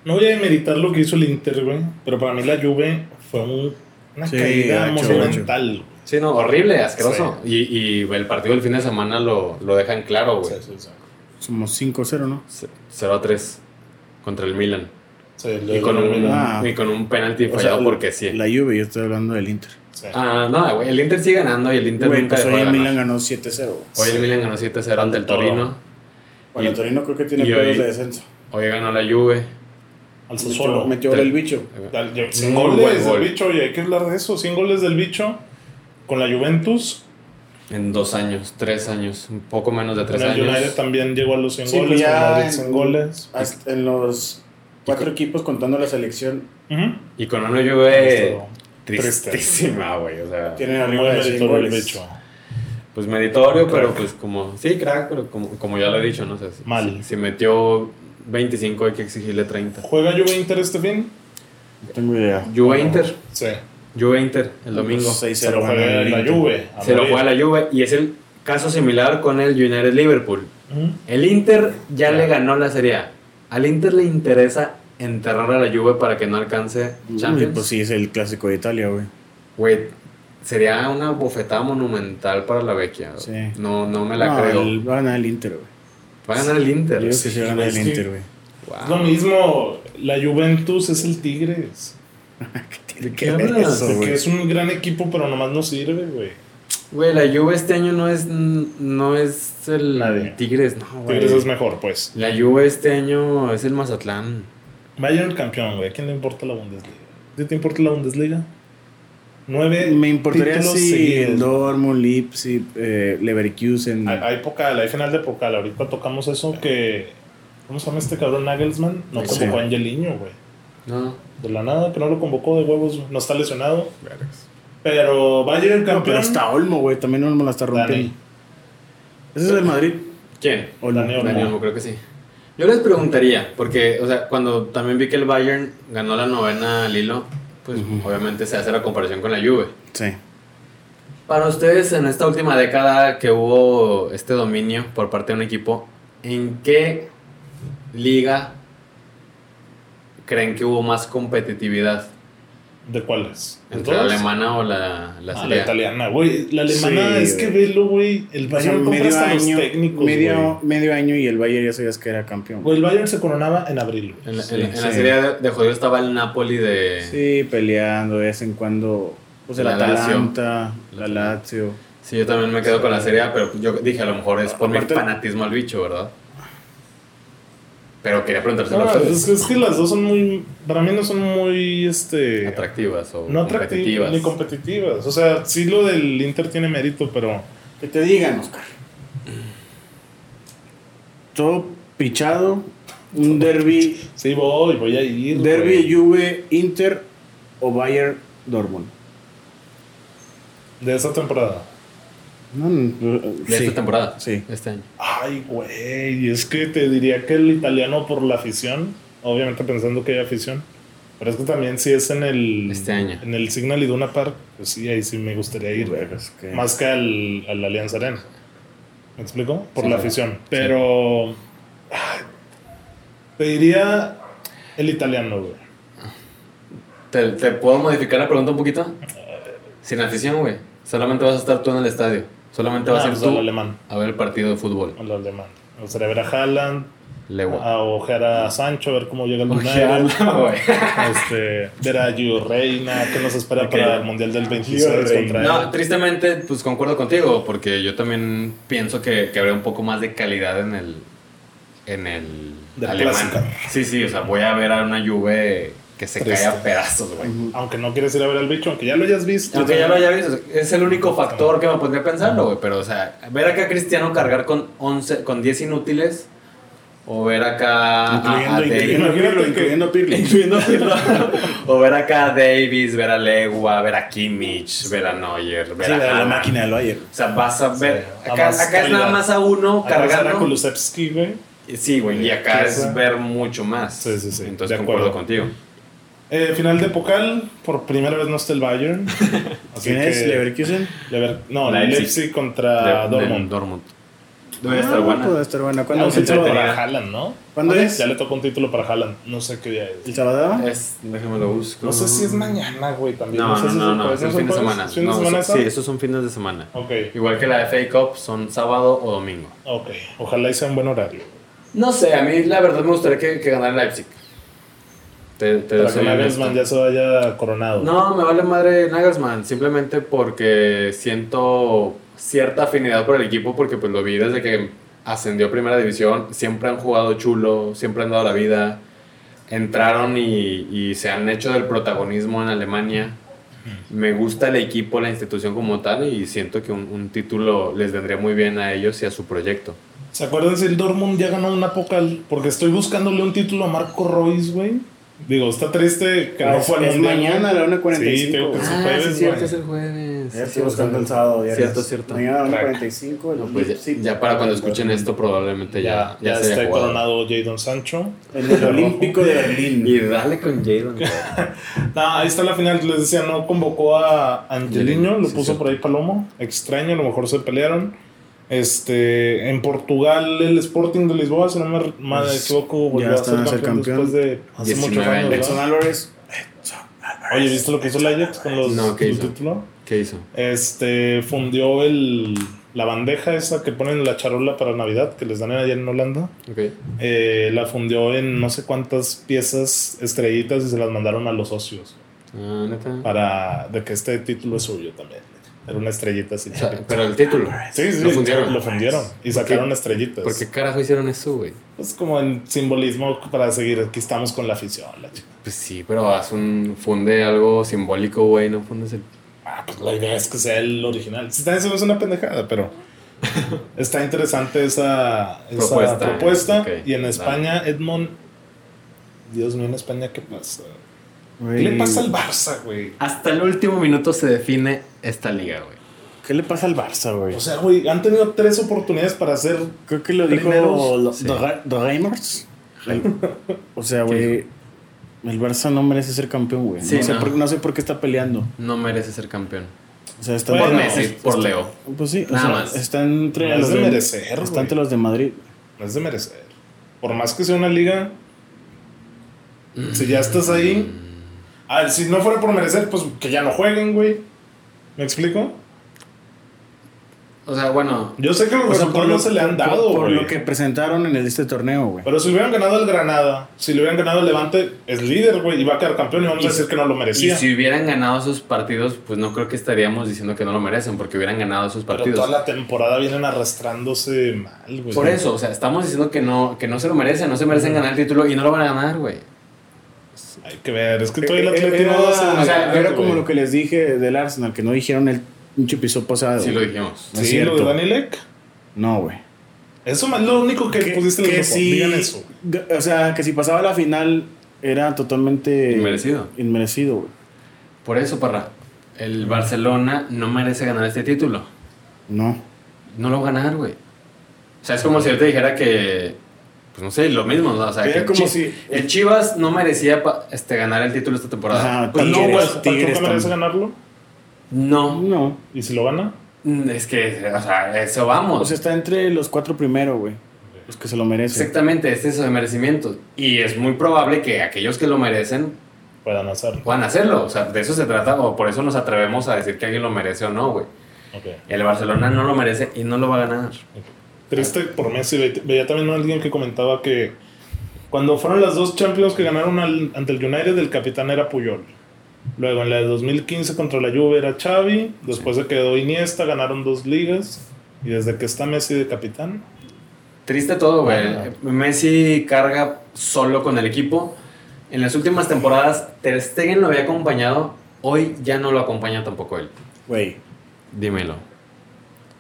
S1: No voy a meditar lo que hizo el Inter, güey. Pero para mí la Juve fue un- una
S3: Sí,
S1: caída
S3: gacho,
S1: monumental. güey.
S2: Sí, no, horrible, asqueroso. Y, y el partido del fin de semana lo, lo dejan claro, güey.
S1: Sí, sí, sí.
S3: Somos 5-0, ¿no?
S2: C- 0 a 3 contra el Milan.
S1: Sí, lo-
S2: Y con
S1: lo-
S2: un,
S1: lo-
S3: Ah.
S2: y con un penalti
S3: O sea,
S2: fallado porque sí.
S3: La Juve, yo estoy hablando del Inter.
S1: sí.
S2: Ah, no, güey. El Inter sigue ganando y el Inter
S3: Güey,
S2: nunca
S3: pues
S2: dejó
S3: hoy
S2: de
S3: el
S2: ganar.
S3: Milan ganó 7-0. güey.
S2: Hoy el Milan ganó 7-0 ante el
S1: Todo.
S2: Torino.
S3: Bueno,
S2: Y-
S3: el Torino creo que tiene
S2: y
S3: pedos
S2: hoy-
S3: de descenso.
S2: Hoy ganó la Juve.
S1: Al
S3: Metió-
S1: Sassuolo.
S3: Metió
S2: Tre-
S3: el bicho.
S1: Dal- yo- Sin
S2: Muy buen
S1: goles
S2: gol.
S1: del bicho, y hay que hablar de eso. Sin goles del bicho con la Juventus.
S2: En dos años, tres años, un poco menos de tres
S1: Con el United
S2: años.
S1: también llegó a los 100
S3: Sí, pues
S1: goles.
S3: ya
S1: con Madrid
S3: en-
S1: 100 goles.
S3: Hasta en los cuatro equipos contando la selección,
S1: Ujú.
S2: Y con una Juve
S1: Esto, triste.
S2: tristísima, güey. O sea,
S3: tienen
S1: Muy
S3: arriba de 100
S1: meritorio el
S3: goles.
S1: bicho.
S2: pues meritorio, pero pues como. Sí, crack, pero como, como ya lo he dicho, no sé. si-
S1: Mal.
S2: Si, si metió 25, hay que exigirle 30.
S1: ¿Juega Juve Inter este fin?
S3: No tengo idea.
S2: Juve Inter.
S1: Sí.
S2: Juve Inter, el domingo.
S1: Se lo juega la Juve. a
S2: Se lo
S1: morir.
S2: juega la Juve y es el caso similar con el United Liverpool.
S1: Ujú.
S2: El Inter ya le ganó la Serie A. Al Inter le interesa enterrar a la Juve para que no alcance
S3: Uy,
S2: Champions.
S3: pues sí, es el clásico de Italia, güey.
S2: Güey, sería una bofetada monumental para la Vecchia. güey.
S3: Sí.
S2: No, no me la creo.
S3: el- va a ganar el Inter, güey.
S2: Va a ganar el
S3: Yo
S2: Inter.
S3: digo que
S1: sí,
S3: sí va a ganar
S1: es
S3: el
S1: que-
S3: Inter, güey.
S2: Wow.
S1: Es lo mismo, la Juventus es el Tigres.
S3: ¿Qué,
S2: qué hablas?
S1: De que
S3: güey?
S1: es un gran equipo, pero nomás no sirve, güey.
S2: Güey, la Juve este año no es, no es el
S1: Nadie.
S2: Tigres, no, güey.
S1: Tigres es mejor, pues.
S2: La Juve este año es el Mazatlán.
S1: Bayern campeón, güey. ¿A quién le importa la Bundesliga? ¿A ti te importa la Bundesliga? Nueve.
S3: Me importaría
S1: títulos
S3: si
S1: seguidos.
S3: el Dortmund, Leipzig, eh, Leverkusen.
S1: Hay, hay Pocal, hay final de Pocal. Ahorita tocamos eso que. ¿Cómo se llama este cabrón Nagelsmann? No
S2: Sí.
S1: convocó a Angeliño, güey.
S2: No.
S1: De la nada, que no lo convocó de huevos, güey. no está lesionado. Pero Bayern
S3: No,
S1: campeón.
S3: pero hasta Olmo, güey, también Olmo la está rompiendo.
S1: Dani.
S3: Ese es el Madrid.
S2: ¿Quién?
S3: Olmo.
S1: Dani Olmo.
S2: Dani Olmo, creo que sí. Yo les preguntaría, porque, o sea, cuando también vi que el Bayern ganó la novena al hilo, pues obviamente se hace la comparación con la Juve.
S3: Sí.
S2: Para ustedes, en esta última década que hubo este dominio por parte de un equipo, ¿en qué liga creen que hubo más competitividad?
S1: ¿De cuáles? ¿De
S2: ¿Entre la
S1: todas?
S2: alemana o la, la
S1: Ah,
S2: serie
S1: la
S2: A?
S1: italiana, güey. La alemana
S3: Sí,
S1: es que
S3: güey.
S1: velo, güey. El
S3: O sea,
S1: Bayern compra
S3: medio
S1: hasta
S3: año,
S1: los técnicos, güey.
S3: medio, medio año y el Bayern ya sabías que era campeón.
S1: Güey, el Bayern se coronaba en abril, güey.
S2: En la,
S3: Sí,
S2: en la- en la
S3: sí.
S2: serie A de, de jodido estaba el Napoli de... Sí.
S3: Sí, peleando de vez en cuando. Pues el
S2: La Lazio.
S3: Atalanta, la Lazio.
S2: yo también me quedo con la serie A, pero yo dije a lo mejor es por mi
S3: Aparte-
S2: fanatismo al bicho, ¿verdad? Pero quería preguntárselo a
S1: Ah,
S2: ustedes.
S1: es, es que las dos son muy. Para mí no son muy. este
S2: Atractivas o
S1: No atractivas
S2: competitivas.
S1: ni competitivas. O sea, sí lo del Inter tiene mérito, pero.
S3: Que te digan, Oscar. Todo pichado. Un derby.
S1: Sí, voy, voy a ir. güey.
S3: Derby Juve, Inter o Bayern Dortmund.
S1: De esa temporada.
S3: No, no,
S2: de
S3: sí.
S2: esta temporada.
S3: Sí.
S2: Este año.
S1: Ay, güey. Es que te diría que el italiano por la afición. Obviamente pensando que hay afición. Pero es que también si es en el.
S2: Este año.
S1: En el Signal Iduna Park. Pues sí, ahí sí me gustaría ir.
S3: Vergas, que-
S1: Más que al, al Alianza Arena. ¿Me explico? Por
S2: Sí,
S1: la
S2: claro.
S1: afición. Pero. ay, Te diría. El italiano, güey.
S2: ¿Te, te puedo modificar la pregunta un poquito? Sin afición, güey. Solamente vas a estar tú en el estadio. Solamente vas
S1: Ah,
S2: a ir
S1: pues, al
S2: tú
S1: alemán.
S2: a ver el partido de fútbol.
S1: Al alemán. Me gustaría ver a Haaland,
S2: Legua.
S1: a ojear a Sancho, a ver cómo llega el
S2: Ojeala,
S1: United.
S2: güey.
S1: Este, ver a Gio Reina, qué nos espera
S3: Ok.
S1: para el Mundial del
S3: Gio
S1: 26
S3: Reina.
S1: contra
S2: No,
S1: él.
S2: tristemente, pues concuerdo contigo, porque yo también pienso que, que habría un poco más de calidad en el. En el.
S1: De
S2: alemán.
S1: plástico.
S2: Sí, sí, o sea, voy a ver a una Juve que se
S1: Triste.
S2: cae a pedazos, güey.
S3: Ujú.
S1: Aunque no quieres ir a ver al bicho, aunque ya lo hayas visto.
S2: Aunque ya lo haya visto, es el único factor que me pondría pensando, güey. Pero, o sea, ver acá a Cristiano cargar con 11, con 10 inútiles, o ver acá a, a Davis.
S3: Incluyendo, incluyendo a Pirlo,
S1: Imagínate que-
S3: incluyendo a Pirlo.
S2: incluyendo a Pirlo, o ver acá a Davis, ver a Legua, ver a Kimmich, ver a Neuer, ver
S3: Sí,
S2: a,
S3: la, la
S2: Haaland.
S3: máquina del Bayern.
S2: O sea, vas a ver.
S1: Sí, a
S2: acá
S1: más
S2: acá es nada
S1: calidad.
S2: más a uno
S1: Cargar a
S2: cargando.
S1: Kulusevski, güey.
S2: Sí, güey. Y acá
S1: Chiesa.
S2: es ver mucho más.
S1: Sí, sí, sí,
S2: Entonces
S1: de
S2: concuerdo
S1: acuerdo.
S2: contigo.
S1: Eh, final de Pocal, por primera vez no está el Bayern. Así
S3: ¿Quién
S1: que-
S3: es? ¿Leverkusen?
S1: Lever- no,
S2: Leipzig.
S1: Leipzig, contra
S2: De- de-
S1: Dortmund.
S2: Dortmund. Debe estar
S3: Ah, puede
S2: buena.
S3: estar buena. ¿Cuándo
S1: Un
S3: es el
S1: título
S3: sábado?
S1: para Haaland, ¿no?
S3: ¿Cuándo
S1: Ah,
S3: es?
S1: Ya le tocó un título para Haaland. No sé qué día es.
S3: ¿El sábado?
S2: Es, déjame lo busco.
S1: No sé si es mañana, güey, también.
S2: No,
S1: sé
S2: no,
S1: si
S2: no,
S1: se
S2: no,
S1: puede.
S2: es el
S1: se
S2: fin de
S1: puede?
S2: semana.
S1: ¿Es fin de
S2: No,
S1: semana
S2: eso-
S1: esa?
S2: Sí, esos son fines de semana.
S1: Ok,
S2: Igual que la FA Cup son sábado o domingo.
S1: ok. Ojalá y sea un buen horario.
S2: No sé, a mí la verdad me gustaría que, que ganara Leipzig. Te, te
S1: Para que
S2: soy honesto.
S1: Nagelsmann ya se vaya coronado.
S2: No, me vale madre Nagelsmann, simplemente porque siento cierta afinidad por el equipo, porque pues lo vi desde que ascendió a primera división, siempre han jugado chulo, siempre han dado la vida, entraron y, y se han hecho del protagonismo en Alemania. Me gusta el equipo, la institución como tal, y siento que un, un título les vendría muy bien a ellos y a su proyecto.
S1: ¿Se acuerdan si el Dortmund ya ganó una Pocal? Porque estoy buscándole un título a Marco Royce, güey. Digo, está triste que no
S3: Ah, Es,
S1: fue al
S3: es
S1: Mundial.
S3: mañana a la 1.45.
S1: Sí, tengo que-
S3: güey.
S1: Ah, sí, jueves, cierto, güey. es
S2: el jueves.
S3: Ya estoy buscando el sábado. ya
S2: Cierto,
S3: es-
S2: cierto.
S3: Mañana a la
S1: Crack.
S3: 1.45. el
S2: pues ya,
S3: Leipzig.
S2: ya para cuando escuchen esto probablemente ya,
S1: Ya, ya,
S2: se haya
S1: está
S2: jugado.
S1: coronado Jadon Sancho.
S3: En el Olímpico de Berlín.
S2: Y dale con Jadon. güey.
S1: No, Ah, ahí está la final, les decía, no convocó a Angeliño, lo
S2: Sí,
S1: puso
S2: sí.
S1: por ahí Palomo. Extraño, a lo mejor se pelearon. Este, en Portugal, el Sporting de Lisboa, si no me mal
S3: Pues,
S1: equivoco, volvió
S3: ya
S1: a ser
S3: está,
S1: campeón,
S3: es
S1: después
S3: el
S1: de hace
S2: 19
S1: muchos años.
S2: años.
S1: ¿verdad?
S3: Edson Álvarez.
S1: Oye, ¿viste lo que hizo el Ajax con los
S2: No, ¿qué
S1: el
S2: hizo?
S1: título?
S2: ¿Qué hizo?
S1: Este, fundió el, la bandeja esa que ponen en la charola para Navidad, que les dan allá en Holanda.
S2: Ok.
S1: Eh, la fundió en no sé cuántas piezas estrellitas y se las mandaron a los socios
S2: Ah, neta.
S1: para de que este título es suyo también. Era una estrellita así.
S2: O sea,
S1: chiquita.
S2: pero el título.
S1: Sí, sí,
S2: lo fundieron.
S1: Lo fundieron y sacaron estrellitas.
S2: ¿Por qué carajo hicieron eso, güey?
S1: Es como en simbolismo para seguir. Aquí estamos con la afición, la chica.
S2: Pues sí, pero haz un funde algo simbólico, güey, no fundes el...
S1: Ah, pues la idea es que sea el original. Si está eso es una pendejada, pero está interesante esa, esa propuesta.
S2: Propuesta, ok,
S1: y en
S2: claro.
S1: España, Edmond. Dios mío, en España, ¿qué pasa? ¿Qué le pasa al Barça, güey?
S2: Hasta el último minuto se define esta liga, güey.
S3: ¿Qué le pasa al Barça, güey?
S1: O sea, güey, han tenido tres oportunidades para hacer.
S3: Creo que lo dijo
S1: Primeros,
S3: lo-
S2: sí.
S3: The Ra- The Reimers. O sea, güey. El Barça no merece ser campeón, güey.
S2: Sí,
S3: no, sé
S2: no.
S3: por, no sé por qué está peleando.
S2: No merece ser campeón.
S3: O sea, está
S1: Bueno,
S2: por
S1: no,
S2: Messi,
S1: es-
S2: por Leo.
S3: Pues sí, o
S2: Nada
S3: sea,
S2: más.
S3: está entre
S1: No es
S3: los
S1: de
S3: de,
S1: merecer,
S3: está
S1: güey.
S3: entre los de Madrid.
S1: No es de merecer. Por más que sea una liga. Si ya estás ahí. A ver, si no fuera por merecer, pues que ya no jueguen, güey. ¿Me explico?
S2: O sea, bueno,
S1: Yo sé que los
S3: O sea,
S1: resultados no se le han dado,
S3: por, por
S1: güey. Eh,
S3: lo que presentaron en el- este torneo, güey.
S1: Pero si hubieran ganado el Granada, si le hubieran ganado el Levante, es líder, güey, y va a quedar campeón y vamos
S2: Y-
S1: a decir que no lo
S2: y
S1: merecía.
S2: si hubieran ganado esos partidos, pues no creo que estaríamos diciendo que no lo merecen, porque hubieran ganado esos
S1: pero
S2: partidos.
S1: toda la temporada vienen arrastrándose mal, güey.
S2: Por eso, o sea, estamos diciendo que no, que no se lo merecen, no se merecen ganar el título y no lo van a ganar, güey.
S1: Hay que ver, es que todavía el
S3: Eh, Era-
S1: Atlético no hace
S3: o sea,
S1: nada,
S3: era como
S1: güey.
S3: lo que les dije del Arsenal, que no dijeron el pinche episodio pasado.
S2: Sí lo
S3: güey.
S2: dijimos.
S3: No es
S1: Sí, lo de
S3: cierto.
S1: Danilek.
S3: No, güey.
S1: Eso es lo único que, pusiste en el
S3: que
S1: grupo.
S3: si-
S1: Digan eso.
S3: g- O sea, que si pasaba la final era totalmente
S2: Inmerecido.
S3: inmerecido, güey.
S2: Por eso, Parra, el Barcelona no merece ganar este título.
S3: No.
S2: No lo va a ganar, güey. O sea, es como si yo te dijera que, pues no sé, lo mismo, ¿no? O sea,
S3: Era
S2: que
S3: como
S2: Chi-
S3: si-
S2: el Chivas no merecía pa- este, ganar el título esta temporada.
S3: Ajá,
S1: Pues no,
S3: Tigres-
S1: güey,
S3: Tigres
S1: Pachuca merece
S3: también.
S1: ganarlo.
S2: No,
S3: No.
S1: ¿Y si lo gana?
S2: Mm, es que, o sea, eso vamos.
S3: O sea, está entre los cuatro primero, güey. Los que se lo merecen.
S2: Exactamente, es eso de merecimiento. Y es muy probable que aquellos que lo merecen
S1: Puedan hacerlo.
S2: puedan hacerlo. O sea, de eso se trata, o por eso nos atrevemos a decir que alguien lo merece o no, güey.
S1: Ok.
S2: El Barcelona no lo merece y no lo va a ganar.
S1: Triste por Messi. Ve- Veía también a alguien que comentaba que cuando fueron las dos Champions que ganaron al- ante el United, el capitán era Puyol. Luego en la de 2015 contra la Juve era Xavi. Después se quedó Iniesta, ganaron dos ligas. Y desde que está Messi de capitán,
S2: Triste todo, güey.
S1: Ajá.
S2: Messi carga solo con el equipo. En las últimas temporadas, Ter Stegen lo había acompañado. Hoy ya no lo acompaña tampoco él.
S3: Güey.
S2: Dímelo.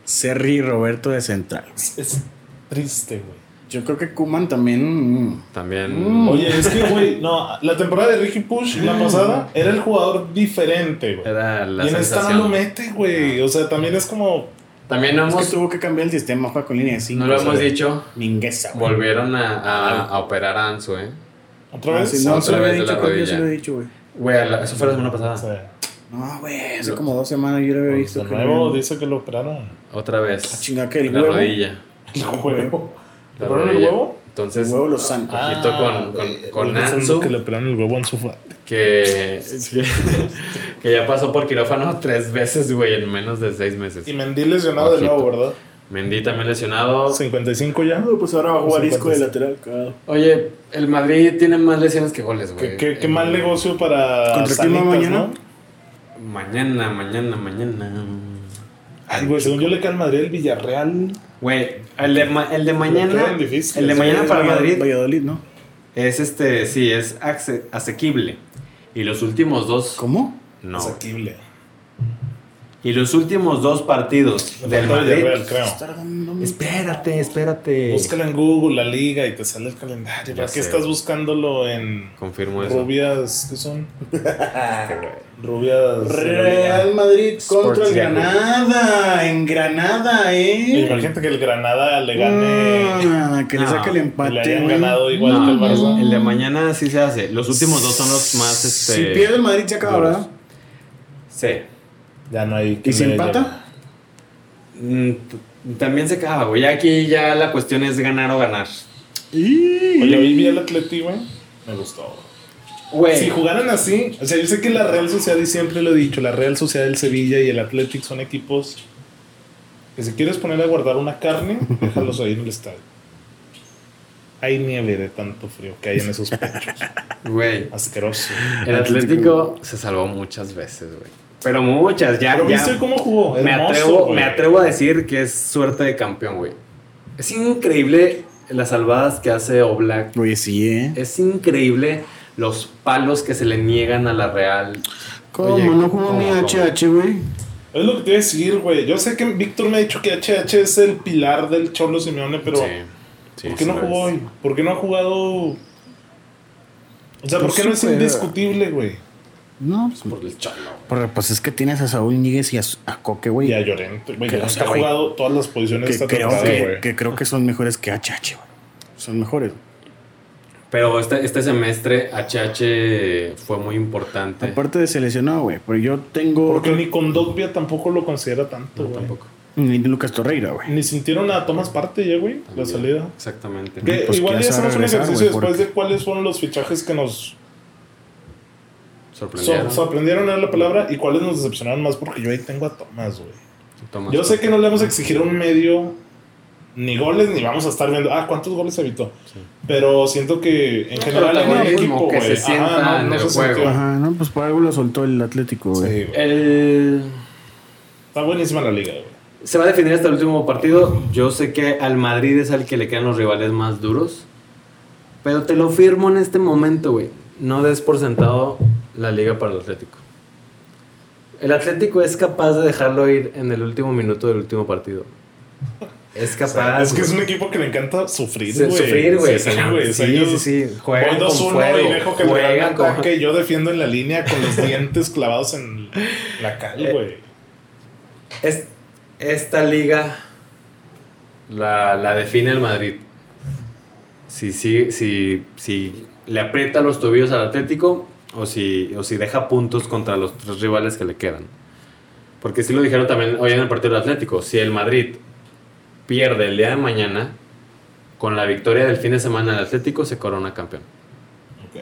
S3: Serri Roberto de Central.
S1: es, es triste, güey.
S3: Yo creo que Kuman también. mm,
S2: También.
S1: Oye, es que, güey, no, la temporada de Ricky Push, la pasada, era el jugador diferente, güey.
S2: Era la
S1: Y en esta no lo
S2: sensación.
S1: mete, güey. O sea, también es como
S2: También no
S3: Es que
S2: hemos,
S3: tuvo que cambiar el sistema para con línea de 5.
S2: no lo hemos dicho.
S3: Mingueza, güey.
S2: Volvieron a, a- a operar a Ansu, ¿eh?
S1: otra
S3: Ah,
S1: vez.
S3: sí, no,
S2: Otra
S3: se lo
S2: vez
S3: había
S2: de la
S3: dicho, creo que yo
S2: rodilla.
S3: se lo he dicho, güey.
S2: Güey, la- eso fue la semana
S1: O
S2: pasada.
S1: sea,
S3: No, güey, hace
S2: Lo-
S3: como dos semanas yo lo había visto.
S1: ah, de
S3: que
S1: nuevo
S3: lo-
S1: dice que lo operaron.
S2: Otra
S3: Ah,
S2: vez.
S3: chinga, que el
S2: La
S3: huevo.
S2: rodilla.
S1: El
S3: Ah,
S1: huevo. ¿Le
S2: La
S1: operaron el
S2: rodilla.
S1: huevo? Ah, eh,
S3: El
S2: Entonces,
S3: huevo lo santo.
S2: ojito con, con, con Ansu,
S1: que le operaron el huevo en su fa-
S2: que, que ya pasó por quirófano tres veces, güey, en menos de seis meses.
S1: Y Mendy lesionado de
S2: Ojito.
S1: nuevo, ¿verdad?
S2: Mendy también lesionado.
S1: 55 ya.
S3: Ah, pues ahora va a jugar
S1: Los
S3: disco de lateral. cada-
S2: Oye, el Madrid tiene más lesiones que goles,
S1: Qué,
S2: güey.
S1: qué- qué
S2: Eh,
S1: mal negocio para.
S3: ¿Contra quién va
S1: Sanitas,
S3: mañana?
S1: ¿no?
S2: Mañana, mañana, mañana.
S1: Ay, güey, según yo le cae al Madrid el Villarreal.
S2: Güey, el de, ma- el de
S1: Lo
S2: mañana.
S1: tienen difícil.
S2: El de
S1: Sí,
S2: mañana para
S3: Valladolid-
S2: Madrid
S3: Valladolid, ¿no?
S2: es este, sí, es acce- asequible. Y los últimos dos.
S3: ¿Cómo?
S2: No.
S1: Asequible.
S2: Y los últimos dos partidos
S1: Le
S2: del
S1: falta
S2: Madrid.
S1: Villarreal, creo.
S2: Espérate, espérate.
S1: Búscalo en Google, la liga, y te sale el calendario.
S2: Ya
S1: ¿Para qué
S2: sé.
S1: estás buscándolo en
S2: Confirmo eso.
S1: rubias? ¿Qué son? Rubias. de la liga.
S3: Real Madrid contra
S2: Sports
S3: el Granada. En Granada,
S1: Y
S3: ¿eh?
S1: Imagínate que el Granada le gane.
S3: Ah, que le
S2: No,
S3: saque el
S1: y le
S3: empate.
S1: hayan
S3: güey.
S1: ganado igual
S2: No,
S1: que el Barça.
S2: el de mañana sí se hace. Los últimos dos son los más. Este,
S3: Si pierde el Madrid, se acaba, ¿verdad?
S2: Sí.
S1: Ya no hay.
S3: ¿Y
S1: quien
S3: si
S1: le
S3: empata?
S1: llame.
S2: Mm, t- También se acaba, güey. Ya Aquí ya la cuestión es ganar o ganar.
S1: Oye, hoy vi el Atleti, güey. Me gustó.
S2: Güey.
S1: Si jugaran así, o sea, yo sé que la Real Sociedad, y siempre lo he dicho, la Real Sociedad del Sevilla y el Athletic son equipos que si quieres poner a guardar una carne, déjalos ahí en el estadio. Hay nieve de tanto frío que hay en esos pechos.
S2: Güey.
S1: Asqueroso.
S2: El Atlético se salvó muchas veces, güey. Pero muchas, ya.
S1: Pero
S2: ya.
S1: viste cómo jugó.
S2: me,
S1: Hermoso,
S2: atrevo,
S1: güey.
S2: me atrevo a decir que es suerte de campeón, güey. Es increíble las salvadas que hace Oblak.
S3: Oye, sí, ¿eh?
S2: Es increíble los palos que se le niegan a la Real.
S3: ¿Cómo?
S2: Oye,
S3: no jugó ni
S2: ¿cómo, cómo?
S3: HH, güey.
S1: Es lo que te iba a decir, güey. Yo sé que Víctor me ha dicho que HH es el pilar del Cholo Simeone, pero ¿por qué no jugó hoy? ¿Por qué no ha jugado? O sea, ¿por
S3: Pues
S1: qué no es
S3: supera.
S1: indiscutible, güey?
S3: No,
S2: Por el cholo.
S3: pues, pues es que tienes a Saúl Níguez y a, a Coque, güey.
S1: Y a Llorente, güey.
S3: Que-
S1: Llorente ha
S3: güey.
S1: jugado todas las posiciones de
S3: Que
S1: esta
S3: creo
S1: temporada,
S3: que,
S1: güey.
S3: que creo que son mejores que HH, güey. Son mejores.
S2: Pero este, este semestre HH fue muy importante.
S3: Aparte de seleccionado, güey. Pero yo tengo.
S1: Porque ni con Dogbia tampoco lo considera tanto,
S2: No,
S1: güey.
S2: tampoco.
S3: Ni Lucas Torreira, güey.
S1: Ni sintieron a Tomás Parte ya, güey, la
S2: También.
S1: salida.
S2: Exactamente.
S1: Que
S3: pues,
S1: igual
S3: ¿quién
S1: ya
S3: sabe
S1: hacemos un
S3: regresar,
S1: ejercicio
S3: güey?
S1: después
S3: Porque-
S1: de cuáles fueron los fichajes que nos
S2: Sorprendieron.
S1: so- sorprendieron a la palabra y cuáles nos decepcionaron más, porque yo ahí tengo a Tomás, güey.
S2: Tomás.
S1: Yo sé que no le vamos a exigir a un medio ni goles, ni vamos a estar viendo, ah, ¿cuántos goles evitó? Pero siento que en
S2: No,
S1: general
S2: pero
S1: hay buen
S2: también
S1: equipo,
S2: que se
S1: güey.
S2: sienta
S1: Ajá,
S2: en
S1: no, no
S2: el
S1: se
S2: juego.
S1: sintió.
S3: Ajá, no, pues por algo lo soltó el Atlético,
S1: Sí,
S3: güey.
S1: güey.
S2: El...
S1: Está buenísima la liga, güey.
S2: Se va a definir hasta el último partido. Yo sé que al Madrid es al que le quedan los rivales más duros. Pero te lo firmo en este momento, güey. No des por sentado la liga para el Atlético. El Atlético es capaz de dejarlo ir en el último minuto del último partido. Es capaz.
S1: Es que es
S2: Ah, güey.
S1: un equipo que le encanta sufrir,
S2: Se-
S1: güey.
S2: sufrir, güey.
S1: Sí, güey. O sea,
S2: Sí,
S1: yo
S2: sí, sí.
S1: Voy
S2: Juegan con
S1: 2-1 y
S2: fuego.
S1: dejo que me hagan
S2: Juegan con...
S1: ataque. Yo defiendo en la línea con los dientes clavados en la cal, güey.
S2: Es- esta liga la, la define el Madrid. Si, si, si, si le aprieta los tobillos al Atlético o si, o si deja puntos contra los tres rivales que le quedan. Porque si lo dijeron también hoy en el partido del Atlético. Si el Madrid pierde el día de mañana, con la victoria del fin de semana del Atlético se corona campeón.
S1: Ok.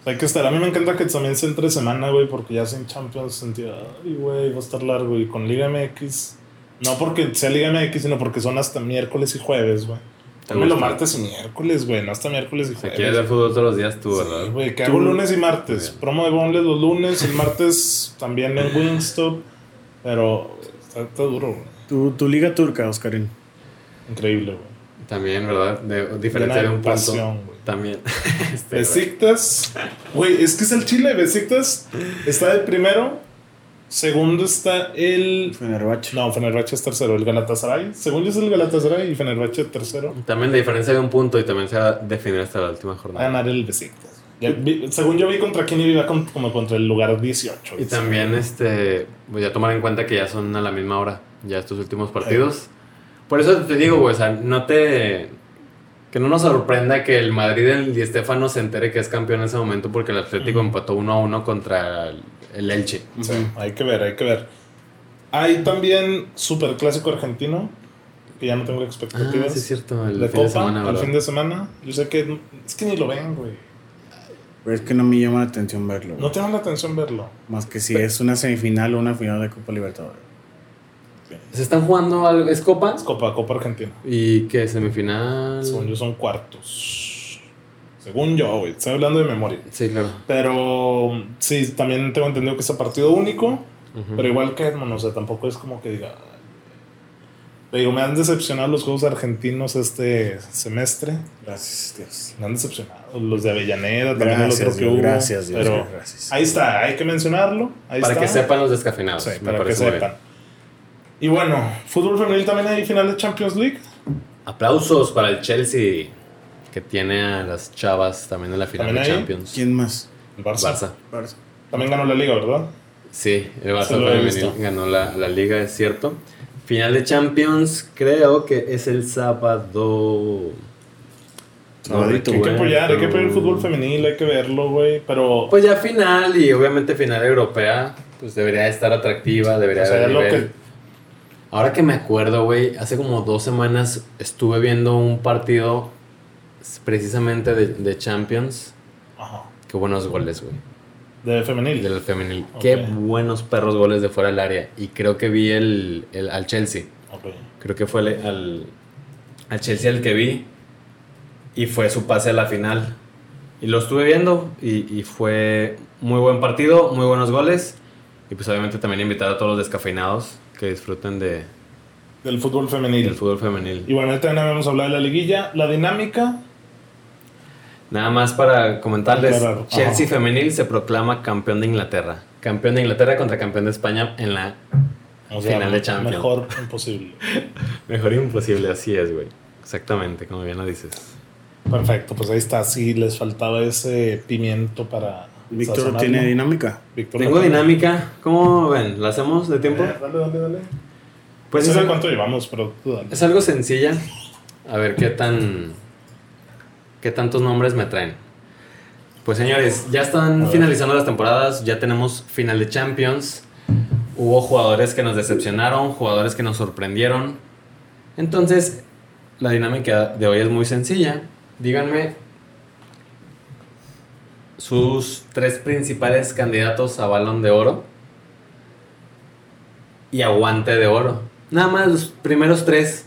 S1: O sea, hay que estar. A mí me encanta que también sea entre semana, güey, porque ya sin Champions sentía, ay, güey, va a estar largo. Y con Liga MX, no porque sea Liga MX, sino porque son hasta miércoles y jueves, güey.
S2: ¿Te
S1: Dámelo
S2: gusta?
S1: martes y miércoles, güey, no hasta miércoles y
S2: O sea,
S1: jueves.
S2: quieres ver fútbol todos los días tú,
S1: Sí,
S2: ¿verdad?
S1: güey, que
S2: Tú-
S1: hago lunes y martes.
S2: Muy bien.
S1: Promo de Bonles los lunes, el martes también en Wingstop. Pero está, está duro, güey.
S3: Tu, tu liga turca, Oscarín.
S1: Increíble, güey.
S2: También, ¿verdad? De,
S1: Llena
S2: diferencia de
S1: de
S2: un punto.
S1: pasión, güey.
S2: También. Este, güey.
S1: Besiktas. Güey, es que es el Chile. Besiktas está el primero. Segundo está el.
S3: Fenerbahce.
S1: No, Fenerbahce es tercero. El Galatasaray. Segundo es el Galatasaray y Fenerbahce tercero.
S2: También la diferencia de un punto y también se va a definir hasta la última
S1: Va a
S2: jornada.
S1: ganar el Besiktas. Ya vi- según yo vi contra quién iba con- como contra el lugar 18.
S2: Y también este voy a tomar en cuenta que ya son a la misma hora, ya estos últimos partidos. Por eso te digo, güey, o sea, no te que no nos sorprenda que el Madrid el Di Stéfano se entere que es campeón en ese momento porque el Atlético empató 1 a 1 contra el- el Elche.
S1: Sí, hay que ver, hay que ver. Hay también Super Clásico Argentino, que ya no tengo
S2: Ah,
S1: expectativas.
S2: sí es cierto, el
S1: La
S2: fin
S1: Copa,
S2: de semana,
S1: al
S2: ¿verdad?
S1: fin de semana. Yo sé que es que ni lo ven, güey.
S3: Pero es que no me llama la atención verlo. güey.
S1: No te llama la atención verlo.
S3: Más que si es una semifinal o una final de Copa Libertadores.
S2: Se están jugando algo, es Copa
S1: Es Copa, Copa Argentina.
S2: y que semifinal.
S1: Según yo son cuartos. Según yo, güey. Estoy hablando de memoria.
S2: Sí, claro.
S1: Pero sí, también tengo entendido que es a partido único.
S2: Ujú.
S1: Pero igual que Edmond, o sea, tampoco es como que diga. "Ay". Te digo, me han decepcionado los juegos argentinos este semestre.
S3: Gracias, Dios.
S1: Me han decepcionado. Los de Avellaneda, también el
S3: Gracias,
S1: otro que
S3: Dios.
S1: hubo.
S3: Gracias, Dios.
S1: pero
S3: gracias.
S1: ahí está, hay que mencionarlo. Ahí
S2: para
S1: está.
S2: que sepan los descafeinados.
S1: Sí,
S2: me
S1: para que
S2: parece muy bien.
S1: sepan. Y bueno, fútbol femenil también hay final de Champions League.
S2: Aplausos para el Chelsea, que tiene a las chavas también en la final de
S1: ¿También ahí?
S2: Champions.
S3: ¿Quién más?
S1: El Barça.
S2: Barça.
S3: Barça.
S1: También ganó la liga, ¿verdad?
S2: Sí, el Barça
S1: Se lo he
S2: femenil
S1: visto.
S2: ganó la, la liga, es cierto. Final de Champions, creo que es el sábado.
S3: Sabadito,
S2: Qué
S1: Hay que
S2: bueno.
S1: apoyar, hay que apoyar el fútbol femenil, hay que verlo, güey. Pero
S2: Pues ya final, y obviamente final europea, pues debería estar atractiva, debería
S1: o sea,
S2: haber
S1: lo
S2: nivel.
S1: que
S2: Ahora que me acuerdo, güey, hace como dos semanas estuve viendo un partido precisamente de, de Champions.
S1: Ajá.
S2: Qué buenos goles, güey.
S1: De femenil.
S2: Del femenil.
S1: Ok.
S2: Qué buenos perros goles de fuera del área. Y creo que vi el, el- al Chelsea.
S1: Ok.
S2: Creo que fue el- al, al Chelsea el que vi. Y fue su pase a la final. Y lo estuve viendo. Y, y fue muy buen partido, muy buenos goles. Y pues obviamente también invitar a todos los descafeinados que disfruten de,
S1: Del fútbol
S2: del
S1: femenil.
S2: fútbol femenil.
S1: Y bueno, esta vamos a hablar de la liguilla. La dinámica.
S2: Nada más para comentarles,
S1: Aclarar, ajá.
S2: Chelsea femenil se proclama campeón de Inglaterra. Campeón de Inglaterra contra campeón de España en la
S1: O
S2: Final de Champions.
S1: Mejor imposible.
S2: mejor imposible, así es, güey. Exactamente, como bien lo dices.
S1: Perfecto, pues ahí está. Sí, les faltaba ese pimiento para.
S3: Víctor
S1: sazonarlo.
S3: tiene dinámica.
S1: Víctor
S2: Tengo
S1: lo tiene.
S2: dinámica, ¿cómo ven? ¿La hacemos de tiempo?
S1: Eh, dale, dale, dale.
S2: Pues
S1: no
S2: es
S1: sé
S2: algo,
S1: cuánto llevamos, pero tú dale.
S2: es algo sencilla. A ver qué tan qué tantos nombres me traen. Pues señores, ya
S1: A
S2: están
S1: ver.
S2: finalizando las temporadas, ya tenemos final de Champions. Hubo jugadores que nos decepcionaron, jugadores que nos sorprendieron. Entonces, la dinámica de hoy es muy sencilla. Díganme sus tres principales candidatos a Balón de Oro y aguante de oro. Nada más los primeros tres.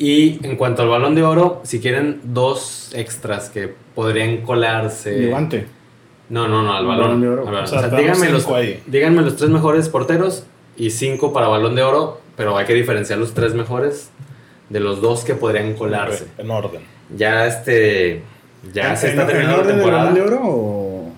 S2: Y en cuanto al balón de oro, si quieren dos extras que podrían colarse.
S3: Eh, Levante.
S2: No, no, no, al
S3: Balón
S2: balón.
S3: de oro.
S2: al balón.
S1: O sea,
S2: O sea,
S1: damos
S2: díganme, los,
S1: cinco ahí.
S2: díganme los tres mejores porteros y cinco para balón de oro, pero hay que diferenciar los tres mejores de los dos que podrían colarse.
S1: Ok, En orden.
S2: Ya este. Ya se está
S3: ¿En- en
S2: terminando la
S3: orden del
S2: temporada.
S3: Balón de oro o.?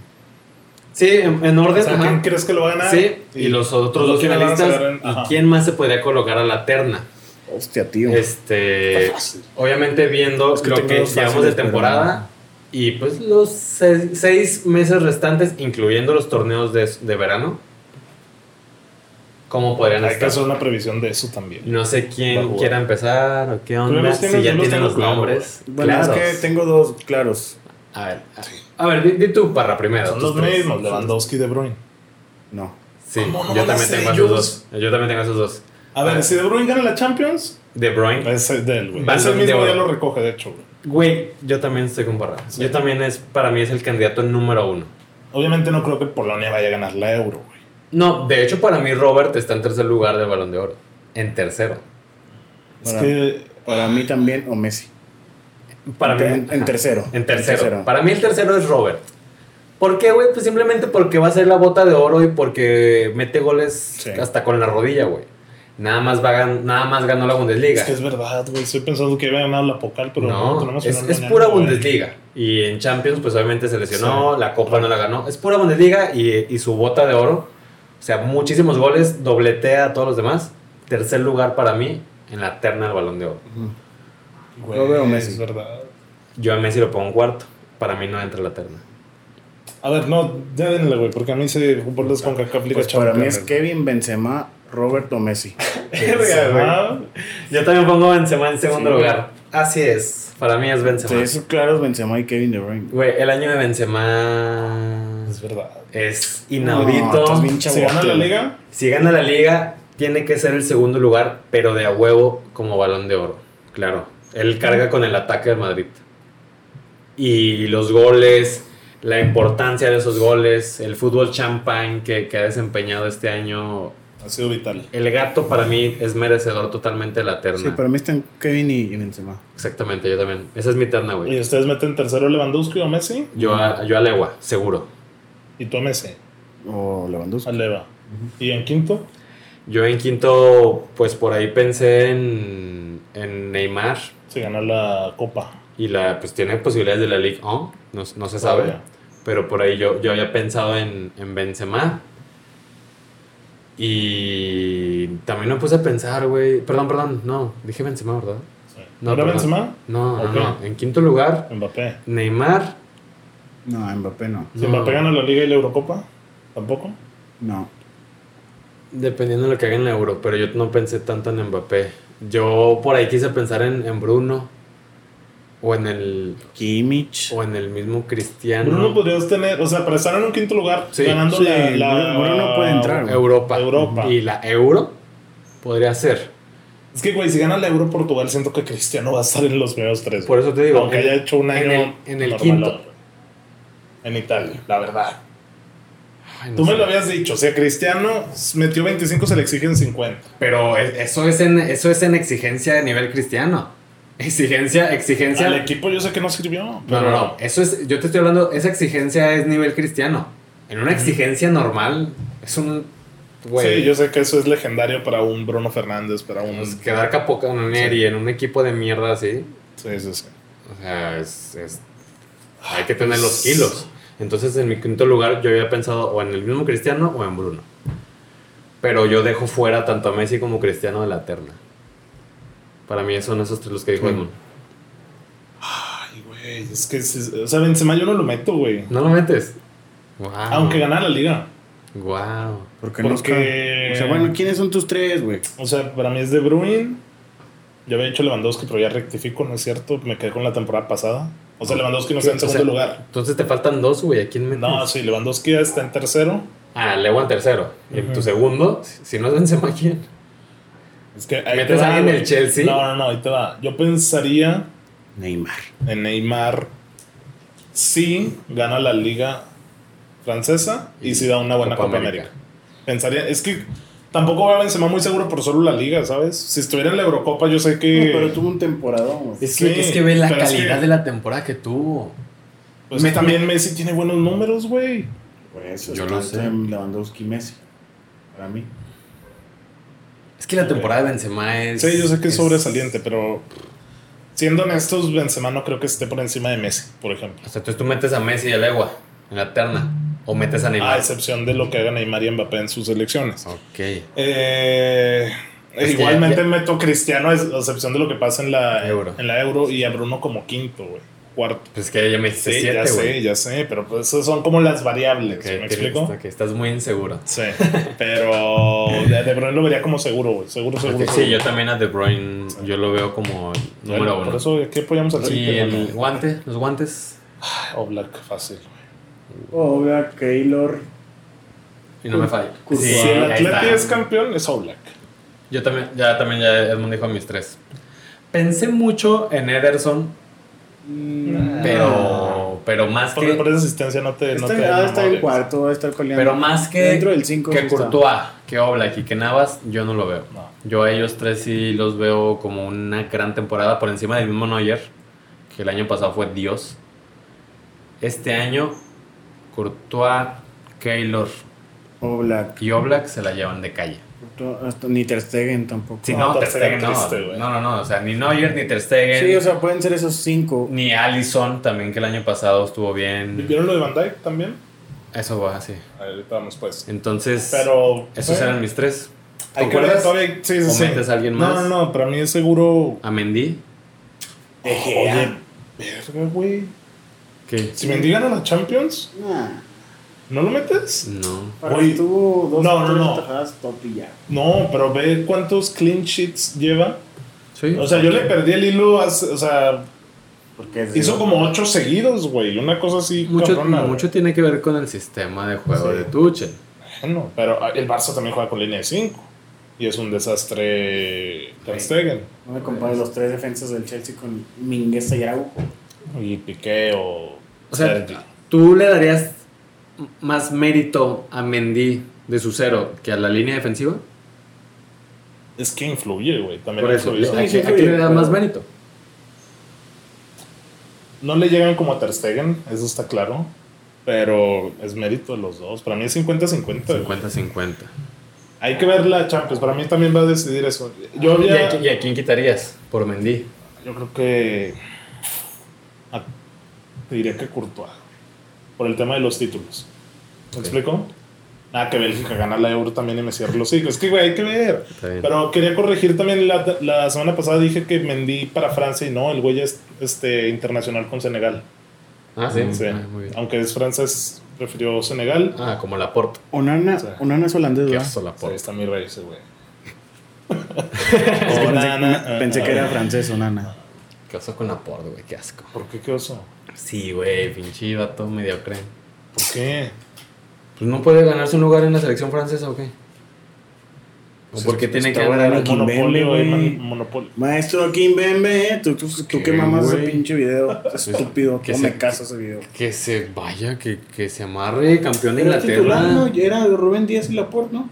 S2: Sí, en, en
S1: O
S2: orden.
S1: sea,
S2: ajá.
S1: ¿quién crees que lo va a ganar?
S2: Sí, y los otros dos
S1: quiénes van a
S2: finalistas.
S1: saber en-
S2: ¿Y
S1: ajá.
S2: quién más se podría colocar a la terna?
S3: Hostia, tío.
S2: Este,
S1: Está fácil.
S2: obviamente viendo
S3: Es que
S2: lo
S3: tengo
S2: que
S3: dos
S2: llevamos de
S3: fáciles, pero
S2: temporada y pues los se- seis meses restantes, incluyendo los torneos de, de verano, ¿cómo podrían
S1: Hay que
S2: estar?
S1: hacer una previsión de eso también.
S2: No sé
S1: Va a
S2: quién
S1: jugar.
S2: quiera empezar o qué
S1: Yo
S2: onda,
S1: los tengo- este
S2: si ya
S1: yo los
S2: tienen
S1: tengo
S2: los
S1: claro,
S2: nombres.
S3: Bueno, es que
S2: claros.
S3: tengo dos claros.
S2: A ver, a, a ver, di, di tú para primero.
S1: Son los
S2: tus tres.
S1: mismos, Lewandowski y De Bruyne.
S3: No.
S2: Sí,
S1: ¿Cómo no van
S2: yo
S1: a
S2: también
S1: ser
S2: tengo a esos
S1: ellos?
S2: dos. Yo también tengo a esos dos.
S1: A ver, si De Bruyne gana la Champions,
S2: De Bruyne,
S1: ese Ah. es de él, güey.
S2: Balón
S1: Ese
S2: de
S1: mismo
S2: oro.
S1: ya lo recoge, de hecho, güey.
S2: Güey, yo también estoy con Parra.
S1: Sí.
S2: Yo también es, para mí es el candidato número uno.
S1: Obviamente no creo que Polonia vaya a ganar la Euro, güey.
S2: No, de hecho para mí Robert está en tercer lugar del Balón de Oro. En tercero.
S1: Es
S3: Para-
S1: que
S3: Para mí también, o Messi.
S2: Para
S3: en,
S2: mí.
S3: en- en tercero.
S2: En tercero. Para mí el tercero es Robert. ¿Por qué, güey? Pues simplemente porque va a ser la bota de oro y porque mete goles
S3: Sí.
S2: hasta con la rodilla, güey. Nada más, va a gan- nada más ganó la Bundesliga.
S1: es, que es verdad, güey. Estoy pensando que iba a ganar la Pocal, pero no,
S2: no,
S1: tenemos
S2: es,
S1: final
S2: es
S1: mañana,
S2: pura
S1: güey.
S2: Bundesliga. Y en Champions, pues obviamente se lesionó, la Copa no la ganó. Es pura Bundesliga y, y su bota de oro. O sea, muchísimos goles, dobletea a todos los demás. Tercer lugar para mí en la terna del balón de oro.
S1: Güey,
S3: Yo veo Messi.
S1: Es verdad.
S2: Yo a Messi lo pongo en cuarto. Para mí no entra en la terna.
S1: A ver, no, ya denle, güey, porque a mí se fútbol es con CACAF Liga
S3: Pues para mí es
S1: Champions.
S3: Kevin Benzema, Roberto Messi.
S1: Verga, güey.
S2: Yo también pongo Benzema en segundo
S3: Sí.
S2: lugar. Así es. Para mí es Benzema.
S3: De esos claros, Benzema y Kevin De Bruyne.
S2: Güey, el año de Benzema
S1: Es verdad.
S2: es
S3: No,
S2: inaudito.
S3: estás bien
S1: Si gana
S3: chabote,
S1: la
S3: güey.
S1: Liga,
S2: Si gana la liga, tiene que ser el segundo lugar, pero de a huevo como balón de oro. Claro, él carga con el ataque del Madrid. Y los goles, la importancia de esos goles, el fútbol champagne que, que ha desempeñado este año.
S1: ha sido vital.
S2: El gato para mí es merecedor totalmente de la terna.
S3: Sí, para mí están Kevin y, y Benzema.
S2: Exactamente, yo también. Esa es mi terna,
S1: ¿Y
S2: güey.
S1: ustedes meten tercero a Lewandowski o Messi?
S2: Yo a, yo a Legua, seguro.
S1: Y tú a Messi,
S3: O
S1: a
S3: Lewandowski.
S1: Leva. ¿Y en quinto?
S2: Yo en quinto, pues por ahí pensé en, en Neymar.
S1: Si gana la Copa.
S2: Y la, pues tiene posibilidades de la Ligue 1, no, no se sabe.
S1: Todavía.
S2: Pero por ahí yo, yo había pensado en, en Benzema. Y también me puse a pensar, güey. Perdón, perdón, no, dije Benzema, ¿verdad?
S1: Sí.
S2: No,
S1: ¿Era
S2: perdón.
S1: Benzema?
S2: No, no,
S1: Ok.
S2: no. En quinto lugar,
S1: Mbappé.
S2: Neymar.
S3: No, Mbappé no.
S1: Si
S2: No.
S1: Mbappé gana la Liga y la Eurocopa, tampoco.
S3: No.
S2: Dependiendo de lo que haga en la Euro, pero yo no pensé tanto en Mbappé. Yo por ahí quise pensar en, en Bruno. O en el.
S3: Kimmich.
S2: O en el mismo Cristiano.
S1: Bruno podrías tener, o sea, para estar en un quinto lugar,
S2: Sí,
S1: ganando
S3: sí,
S1: la, la-
S3: Bruno puede entrar, güey.
S2: Europa.
S1: Europa.
S2: Y la Euro podría ser.
S1: Es que, güey, si gana el Euro Portugal, siento que Cristiano va a estar en los primeros tres.
S2: Por
S1: güey.
S2: eso te digo,
S1: Aunque
S2: en-
S1: haya hecho un
S2: en
S1: año
S2: el- en el
S1: normalón,
S2: quinto.
S1: güey. En Italia, la verdad.
S2: Ay, no
S1: Tú me
S2: sé.
S1: lo habías dicho. O sea, Cristiano metió 25, se le exigen 50.
S2: Pero e- eso es en eso es en exigencia de nivel cristiano. Exigencia, exigencia.
S1: Al equipo yo sé que no sirvió.
S2: No, no, no. Eso es, yo te estoy hablando, esa exigencia es nivel cristiano. En una exigencia normal, es un güey.
S1: Sí, yo sé que eso es legendario para un Bruno Fernández, para un...
S2: pues, quedar capocanonier y en un equipo de mierda así.
S1: Sí, sí, sí.
S2: O sea, es, es- hay que tener los kilos. Entonces, en mi quinto lugar, yo había pensado o en el mismo Cristiano o en Bruno. Pero yo dejo fuera tanto a Messi como Cristiano de la terna. Para mí son esos tres los que dijo
S1: Mm.
S2: Edmund.
S1: Ay, güey, es que... sí, O sea, Benzema yo no lo meto, güey.
S2: ¿No lo metes? Wow.
S1: Aunque ganara la liga.
S2: Wow.
S3: Porque,
S1: Porque-
S3: no. O sea, bueno, ¿quiénes son tus tres, güey?
S1: O sea, para mí es de Bruin. Yo había dicho Lewandowski, pero ya rectifico, ¿no es cierto? Me quedé con la temporada pasada. O sea, Lewandowski no está en
S2: O sea,
S1: segundo lugar.
S2: Entonces te faltan dos, güey. ¿A quién metes?
S1: No, sí, Lewandowski ya está en tercero.
S2: Ah, Lewan tercero. Y
S1: Ujú.
S2: tu segundo, si si no es Benzema, ¿quién?
S1: Es que ahí
S2: ¿Metes a alguien
S1: güey.
S2: del Chelsea?
S1: No, no, no, ahí te va. Yo pensaría
S3: Neymar.
S1: en Neymar si gana la liga francesa y,
S2: Y
S1: si da una buena
S2: Copa
S1: Copa,
S2: América.
S1: América. Pensaría, es que tampoco va a Benzema muy seguro por solo la liga, ¿sabes? Si estuviera en la Eurocopa, yo sé que...
S3: No, pero tuvo un temporadón, güey.
S2: Es que,
S1: Sí,
S2: es que ve la
S1: pero es
S2: calidad
S1: que-
S2: de la temporada que tuvo.
S1: pues,
S2: me-
S1: también Messi tiene buenos números, güey.
S3: Por eso,
S2: Yo
S3: está
S2: lo sé.
S3: entre Lewandowski y Messi. Para mí.
S2: Es que la temporada de Benzema es.
S1: Sí, yo sé que es,
S2: es-
S1: sobresaliente, pero siendo honestos, Benzema no creo que esté por encima de Messi, por ejemplo.
S2: O sea, entonces tú metes a Messi y a Legua en la terna. O metes a
S1: A
S2: Neymar.
S1: excepción de lo que haga Neymar y Mbappé en sus elecciones.
S2: ok.
S1: Eh,
S2: Es que
S1: igualmente
S2: ya- ya-
S1: meto a Cristiano, a excepción de lo que pasa en la
S2: Euro.
S1: Euro, en la Euro y a Bruno como quinto, güey. Cuarto.
S2: Pues que ya me hiciste
S1: Sí, ya
S2: siete,
S1: sé,
S2: güey.
S1: ya sé, pero pues esas son como las variables.
S2: Ok,
S1: ¿Me
S2: tienes-
S1: explico?
S2: ok, estás muy inseguro.
S1: Sí, pero de, de Bruyne lo vería como seguro, güey. Seguro, seguro.
S2: Ok,
S1: seguro.
S2: sí, yo también a De Bruyne yo lo veo como
S1: Bueno,
S2: número
S1: Por
S2: uno.
S1: eso aquí apoyamos al
S2: y
S1: City,
S2: el
S1: güey.
S2: guante, los guantes.
S1: O Black, fácil, güey.
S3: Obra, Oh, Keylor.
S2: Y no me falla.
S3: Courtois.
S2: Sí,
S1: si el
S2: ahí
S1: Atleti
S2: está.
S1: es campeón, es Oblak.
S2: Yo también, ya también ya Edmund dijo mis tres. Pensé mucho en Ederson, Mm. pero, pero más
S1: Ah. Por, por
S2: que,
S1: esa asistencia no te. no
S3: Está,
S1: te
S3: ah, está en
S1: enamores.
S3: cuarto, va a estar peleando.
S2: pero más que,
S3: Dentro del cinco sí
S2: que
S3: está.
S2: Courtois, que Oblak y que Navas, yo no lo veo.
S1: No.
S2: Yo a ellos tres sí los veo como una gran temporada por encima del mismo Neuer, que el año pasado fue Dios. Este año, Courtois, Keylor
S3: Oblak.
S2: y Oblak se la llevan de calle.
S3: Oh, Courtois, hasta- Ni Ter Stegen tampoco.
S2: Sí,
S1: No,
S2: no,
S1: Ter
S2: Ter Stegen
S1: Stegen
S2: no.
S1: triste, güey.
S2: no, no, no, o sea, ni Neuer, ni Ter Stegen,
S3: Sí, o sea, pueden ser esos cinco.
S2: ni Allison también que el año pasado estuvo bien.
S1: ¿Vieron lo de Van Dyke también?
S2: Eso va así.
S1: Ahorita vamos pues.
S2: Entonces,
S1: Pero.
S2: esos
S1: eh,
S2: eran mis tres.
S1: hay que
S2: ¿concuerdas?
S1: ver todavía- Sí, sí,
S2: ¿O
S1: sí.
S2: metes a alguien más?
S1: No, no, no, para mí es seguro.
S2: A Mendy,
S3: De Gea.
S1: Oye, verga, güey.
S2: que
S1: Si mendigan a la Champions,
S2: Mm.
S3: Nah,
S1: ¿no lo metes?
S2: no.
S3: para
S1: Oye,
S3: mí tuvo dos
S1: no, no,
S3: tres
S1: no.
S3: tajadas top y ya.
S1: No, pero ve cuántos clean sheets lleva.
S2: Sí.
S1: O sea, yo le perdí el hilo. hace- o sea,
S3: Porque es-
S1: hizo como ocho seguidos, güey. Una cosa así.
S2: mucho,
S1: cabrona, güey.
S2: mucho tiene que ver con el sistema de juego
S3: Sí.
S2: de Tuchel.
S1: Bueno, pero ah, el Barça también juega con línea de 5. Y es un desastre Ter Stegen.
S3: No me compares los tres defensas del Chelsea con Mingueza y Araujo.
S1: Y Piqué o...
S2: O sea,
S1: Sergi.
S2: ¿Tú le darías más mérito a Mendy de su cero que a la línea defensiva?
S1: es que influye, güey. También
S2: Por eso,
S1: influye.
S2: ¿a,
S3: Sí,
S2: qué-
S3: sí,
S2: a qué le
S3: sí,
S2: das
S3: pero-
S2: más mérito?
S1: No le llegan como a Ter Stegen, eso está claro. Pero es mérito de los dos. Para mí es 50-50. güey.
S2: 50-50.
S1: Hay que ver la Champions. Para mí también va a decidir eso. Yo
S2: ¿Y,
S1: había...
S2: a, qui- y a quién quitarías por Mendy?
S1: Yo creo que... a- te diría que Courtois. Por el tema de los títulos. ¿Me
S2: Ok.
S1: explico? Nada, que Bélgica gana la Euro también y me cierro los hijos. Es que, güey, hay que ver.
S2: Está bien.
S1: Pero quería corregir también, la, la semana pasada dije que Mendy para Francia y no, el güey es este, internacional con Senegal.
S2: ah, sí.
S1: Sí.
S2: Ah, muy bien.
S1: Aunque es francés, prefirió Senegal.
S2: Ah, como Laporte.
S3: Onana,
S1: Sí.
S3: Onana es holandés,
S2: Qué
S3: ¿verdad?
S2: oso
S1: Sí,
S2: Laporte.
S1: está mi rey ese güey.
S3: Es que pensé,
S1: Onana,
S3: me- pensé que
S1: ah,
S3: era
S2: eh,
S1: ah.
S3: francés, Onana.
S2: Qué oso con Laporte, güey. Qué asco.
S1: ¿Por qué qué oso?
S2: Sí, güey. Pinche vato mediocre.
S1: ¿Por qué?
S2: Pues no puede ganarse un lugar en la selección francesa o qué. ¿O por qué tiene que
S3: Estaba
S2: andar
S3: en
S2: aquí?
S3: Kimbembe,
S1: Monopolio,
S3: güey.
S1: man- monopolio.
S3: Maestro Kim Bembe, ¿eh? tú, tú, tú
S2: ¿Qué,
S3: que mamas
S2: Pues
S3: ese
S2: güey? Pues
S3: pinche video. Estúpido,
S2: Que
S3: no
S2: se-
S3: me caso ese video.
S2: Que se vaya, que, que se amarre, campeón de
S3: Era titular, ¿no?
S2: Inglaterra.
S3: Ya Era Rubén Díaz y Laporte, ¿no?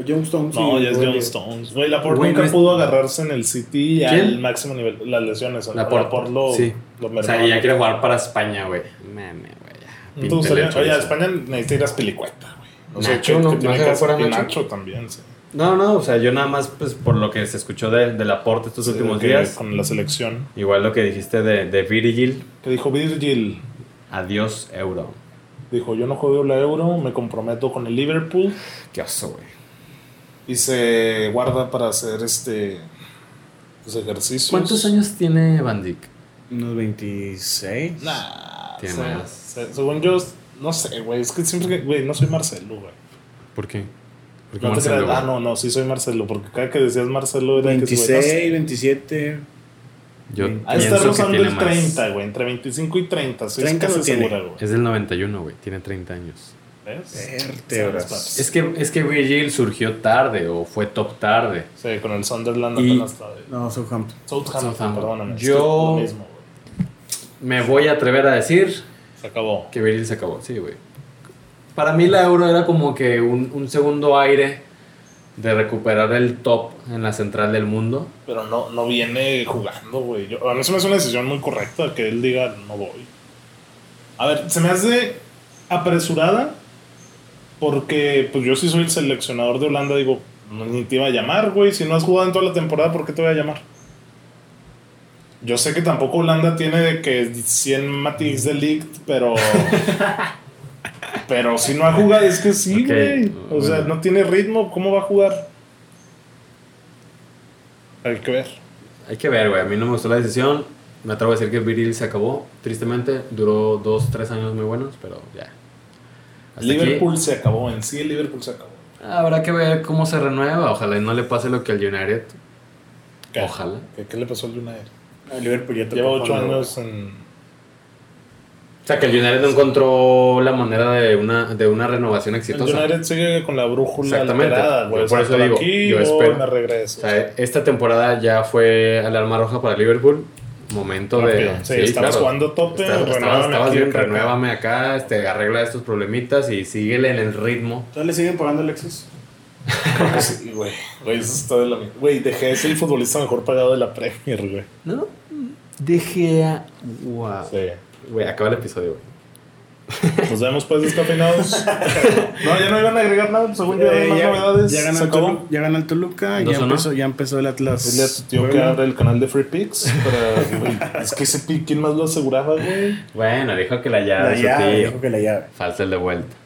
S3: O Johnstone.
S1: No, ya es John Stones. Güey, Laporte
S2: Güey, no
S1: nunca
S2: es-
S1: pudo agarrarse en el City
S2: ¿Quién?
S1: al máximo nivel. Las lesiones. ¿no?
S2: Laporte,
S1: lo,
S2: sí.
S1: lo
S2: O sea,
S1: mermaron.
S2: y ya quiere jugar para España, güey. Meme, güey. ya,
S1: ¿No te gustaría?
S2: píntele
S1: Oye, a
S2: chorizo.
S1: España necesita ir a Spilicueta, güey. O sea,
S2: Nacho,
S1: que-
S2: ¿no?
S1: que tiene
S2: ¿Vas a
S1: que
S2: jugar a
S1: hacer- y
S2: Nacho?
S1: Nacho también, sí.
S2: No, no, o sea, yo nada más, pues, por lo que se escuchó de- del aporte estos últimos
S1: Que-
S2: días.
S1: Con la selección.
S2: Igual lo que dijiste de, de Virgil,
S1: Que dijo Virgil.
S2: adiós euro.
S1: Dijo, yo no juego la Euro, me comprometo con el Liverpool.
S2: Qué oso, güey.
S1: Y se guarda para hacer este... Los ejercicios.
S2: ¿Cuántos años tiene Van Dijk?
S3: Unos 26.
S1: Nah.
S2: Tiene
S1: o sea,
S2: más.
S1: se- según yo, no sé, güey. Es que siempre que... Güey, no soy Marcelo, güey.
S2: ¿Por qué? Porque
S1: No te
S2: Marcelo,
S1: creas,
S2: güey.
S1: ah, no, no, sí soy Marcelo, porque cada que decías Marcelo era que se
S3: 26, 27.
S2: Yo
S1: Ahí
S2: pienso
S1: está
S2: que
S1: rozando
S2: tiene
S1: el
S2: más.
S1: 30, güey, entre 25 y 30, estoy
S3: 30
S1: casi
S3: no tiene.
S1: segura, güey.
S2: Es del 91, güey. Tiene 30 años.
S1: ¿Ves?
S3: Vértebras.
S2: Es que, es que Virgil surgió tarde o fue top tarde.
S1: Sí, con el Sunderland
S2: Y-
S1: apenas está. de-
S3: No, Southampton.
S1: Southampton,
S2: Southampton.
S1: perdóname. es
S2: Yo-
S1: que lo mismo, güey.
S2: Me voy a atrever a decir
S1: Se acabó.
S2: que Virgil se acabó. Sí, güey. Para mí la Euro era como que un, un segundo aire de recuperar el top en la central del mundo.
S1: Pero no, no viene jugando, güey. Yo- A mí se me hace una decisión muy correcta que él diga, no voy. A ver, se me hace apresurada porque pues yo sí soy el seleccionador de Holanda, digo, no, ni te iba a llamar, güey. Si no has jugado en toda la temporada, ¿por qué te voy a llamar? Yo sé que tampoco Holanda tiene de que 100 Matix de Ligt, pero... pero si no ha jugado, es que sí,
S2: Ok,
S1: güey. O sea,
S2: bueno.
S1: no tiene ritmo, ¿cómo va a jugar? Hay que ver.
S2: Hay que ver, güey. A mí no me gustó la decisión. Me atrevo a decir que Viril se acabó. Tristemente, duró dos, tres años muy buenos, pero ya. Hasta aquí.
S1: Liverpool se acabó, en sí el Liverpool se acabó.
S2: Habrá que ver cómo se renueva. Ojalá y no le pase lo que al United.
S1: ¿Qué?
S2: Ojalá.
S1: ¿Qué, qué le pasó al United?
S3: Ah, Liverpool ya tocó
S1: Lleva ocho
S3: cuando-
S1: años en...
S2: O sea, que el United no encontró la manera de una, de una renovación
S1: El
S2: exitosa.
S1: United sigue con la brújula
S2: Exactamente.
S1: alterada, güey.
S2: Yo por
S1: O sea,
S2: eso
S1: por
S2: digo,
S1: aquí
S2: yo
S1: voy,
S2: espero.
S1: me
S2: O
S1: regreso.
S2: sea, esta temporada ya fue alarma roja para Liverpool. Momento
S1: Rápido.
S2: de.
S1: Sí, estamos jugando a tope,
S2: Estás- estabas-
S1: renuévame
S2: estabas
S1: aquí,
S2: bien,
S1: acá, acá.
S2: renuévame acá, este, arregla estos problemitas y síguele en el ritmo.
S3: ¿Todavía le siguen pagando el Lexus?
S1: Creo que sí, güey. Güey, eso está de la mi- Güey, dejé de ser el futbolista mejor pagado de la Premier, güey.
S2: No, dejé a. Wow.
S1: Sí.
S2: Güey, acaba el episodio, güey.
S1: Nos vemos pues descafeinados. no, ya no iban a agregar nada, pues, según yo
S3: Eh,
S1: hay más
S3: ya,
S1: novedades.
S3: ya ganó
S1: se
S3: el
S1: acabó.
S3: Tolu- ya ganó el Toluca,
S2: ¿Dos
S3: ya
S2: o no?
S3: empezó, ya empezó el Atlas.
S1: Dile a tu tío Pues que
S3: Puebla.
S1: abre el canal de Free Picks. para- güey, es que ese pick, ¿quién más lo aseguraba, güey?
S2: Bueno, dijo que la llave.
S3: La
S2: su
S3: llave,
S2: tío.
S3: dijo que la llave.
S2: Falta el de vuelta.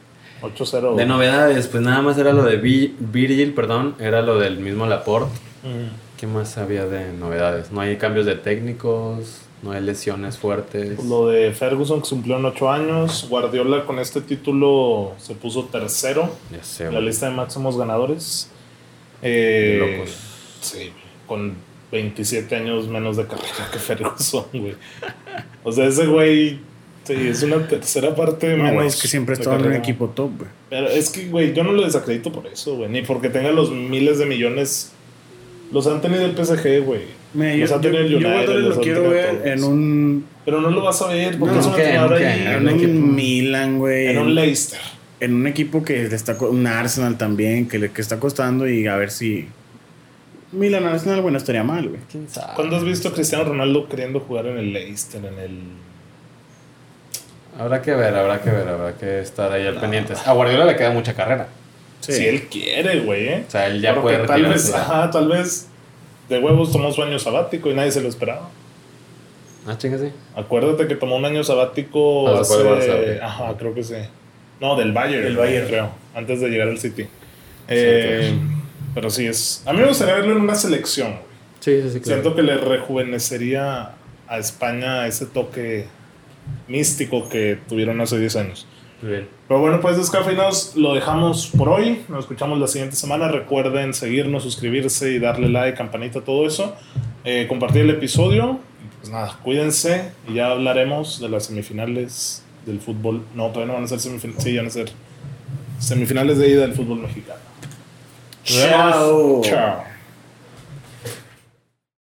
S1: 8-0.
S2: De
S1: güey.
S2: novedades, pues nada más era lo de Vi- Virgil, perdón, era lo del mismo Laporte.
S1: Mm.
S2: ¿Qué más había de novedades? No hay cambios de técnicos, no hay lesiones fuertes.
S1: Lo de Ferguson que se cumplió en 8 años. Guardiola con este título se puso tercero
S2: Ya sé,
S1: en la
S2: güey.
S1: lista de máximos ganadores. Eh,
S2: Qué locos.
S1: Sí, con 27 años menos de carrera que Ferguson, güey. O sea, ese güey sí, es una tercera parte
S3: No,
S1: menos.
S3: güey, es que siempre
S1: de
S3: estaba en un
S1: carrera.
S3: equipo top, güey.
S1: Pero es que, güey, yo no lo desacredito por eso, güey. Ni porque tenga los miles de millones. Los han tenido el PSG, güey.
S3: Mira,
S1: Los
S3: yo,
S1: ha tenido el
S3: yo, yo
S1: United,
S3: Guardiola
S1: los
S3: lo
S1: ha
S3: quiero
S1: tenido
S3: ver
S1: todos.
S3: en un,
S1: Pero no lo vas a ver porque
S3: No,
S1: es un
S2: nunca,
S1: entrenador
S2: nunca.
S1: ahí.
S2: En
S3: en
S2: un
S3: un
S2: equipo.
S3: Milan, güey.
S1: Era un Leicester.
S3: en un equipo que le está co- un Arsenal también que le que está costando y a ver si Milan Arsenal bueno estaría mal güey
S2: ¿Quién sabe?
S1: ¿Cuándo has visto a Cristiano Ronaldo queriendo jugar en el Leicester, en el...
S2: Habrá que ver, habrá que ver, habrá que estar ahí al
S1: Ah.
S2: pendiente. A Guardiola le queda mucha carrera.
S1: Si él quiere, güey, ¿eh?
S2: O sea, él ya
S1: Porque
S2: puede
S1: tal
S2: retirarse.
S1: vez, ajá, tal vez de huevos tomó su año sabático y nadie se lo esperaba.
S2: Ah, chinga, sí.
S1: Acuérdate que tomó un año sabático
S2: Ah,
S1: hace...
S2: después del Barça, ok.
S1: Ajá, creo que sí. No, del Bayern.
S3: Del Bayern.
S1: creo. Antes de llegar al City. Eh, pero sí es... A mí me gustaría verlo en una selección, güey.
S2: Sí, sí, sí, claro.
S1: Siento que le rejuvenecería a España ese toque místico que tuvieron hace 10 años.
S2: Muy bien.
S1: Pero bueno, pues descafeinados lo dejamos por hoy. Nos escuchamos la siguiente semana. Recuerden seguirnos, suscribirse y darle like, campanita, todo eso. Eh, compartir el episodio. Y Pues nada, cuídense y ya hablaremos de las semifinales del fútbol. No, todavía no van a ser semifinales. Sí, ya van a ser semifinales de ida del fútbol mexicano. Nos vemos.
S3: Chao.
S1: Chao.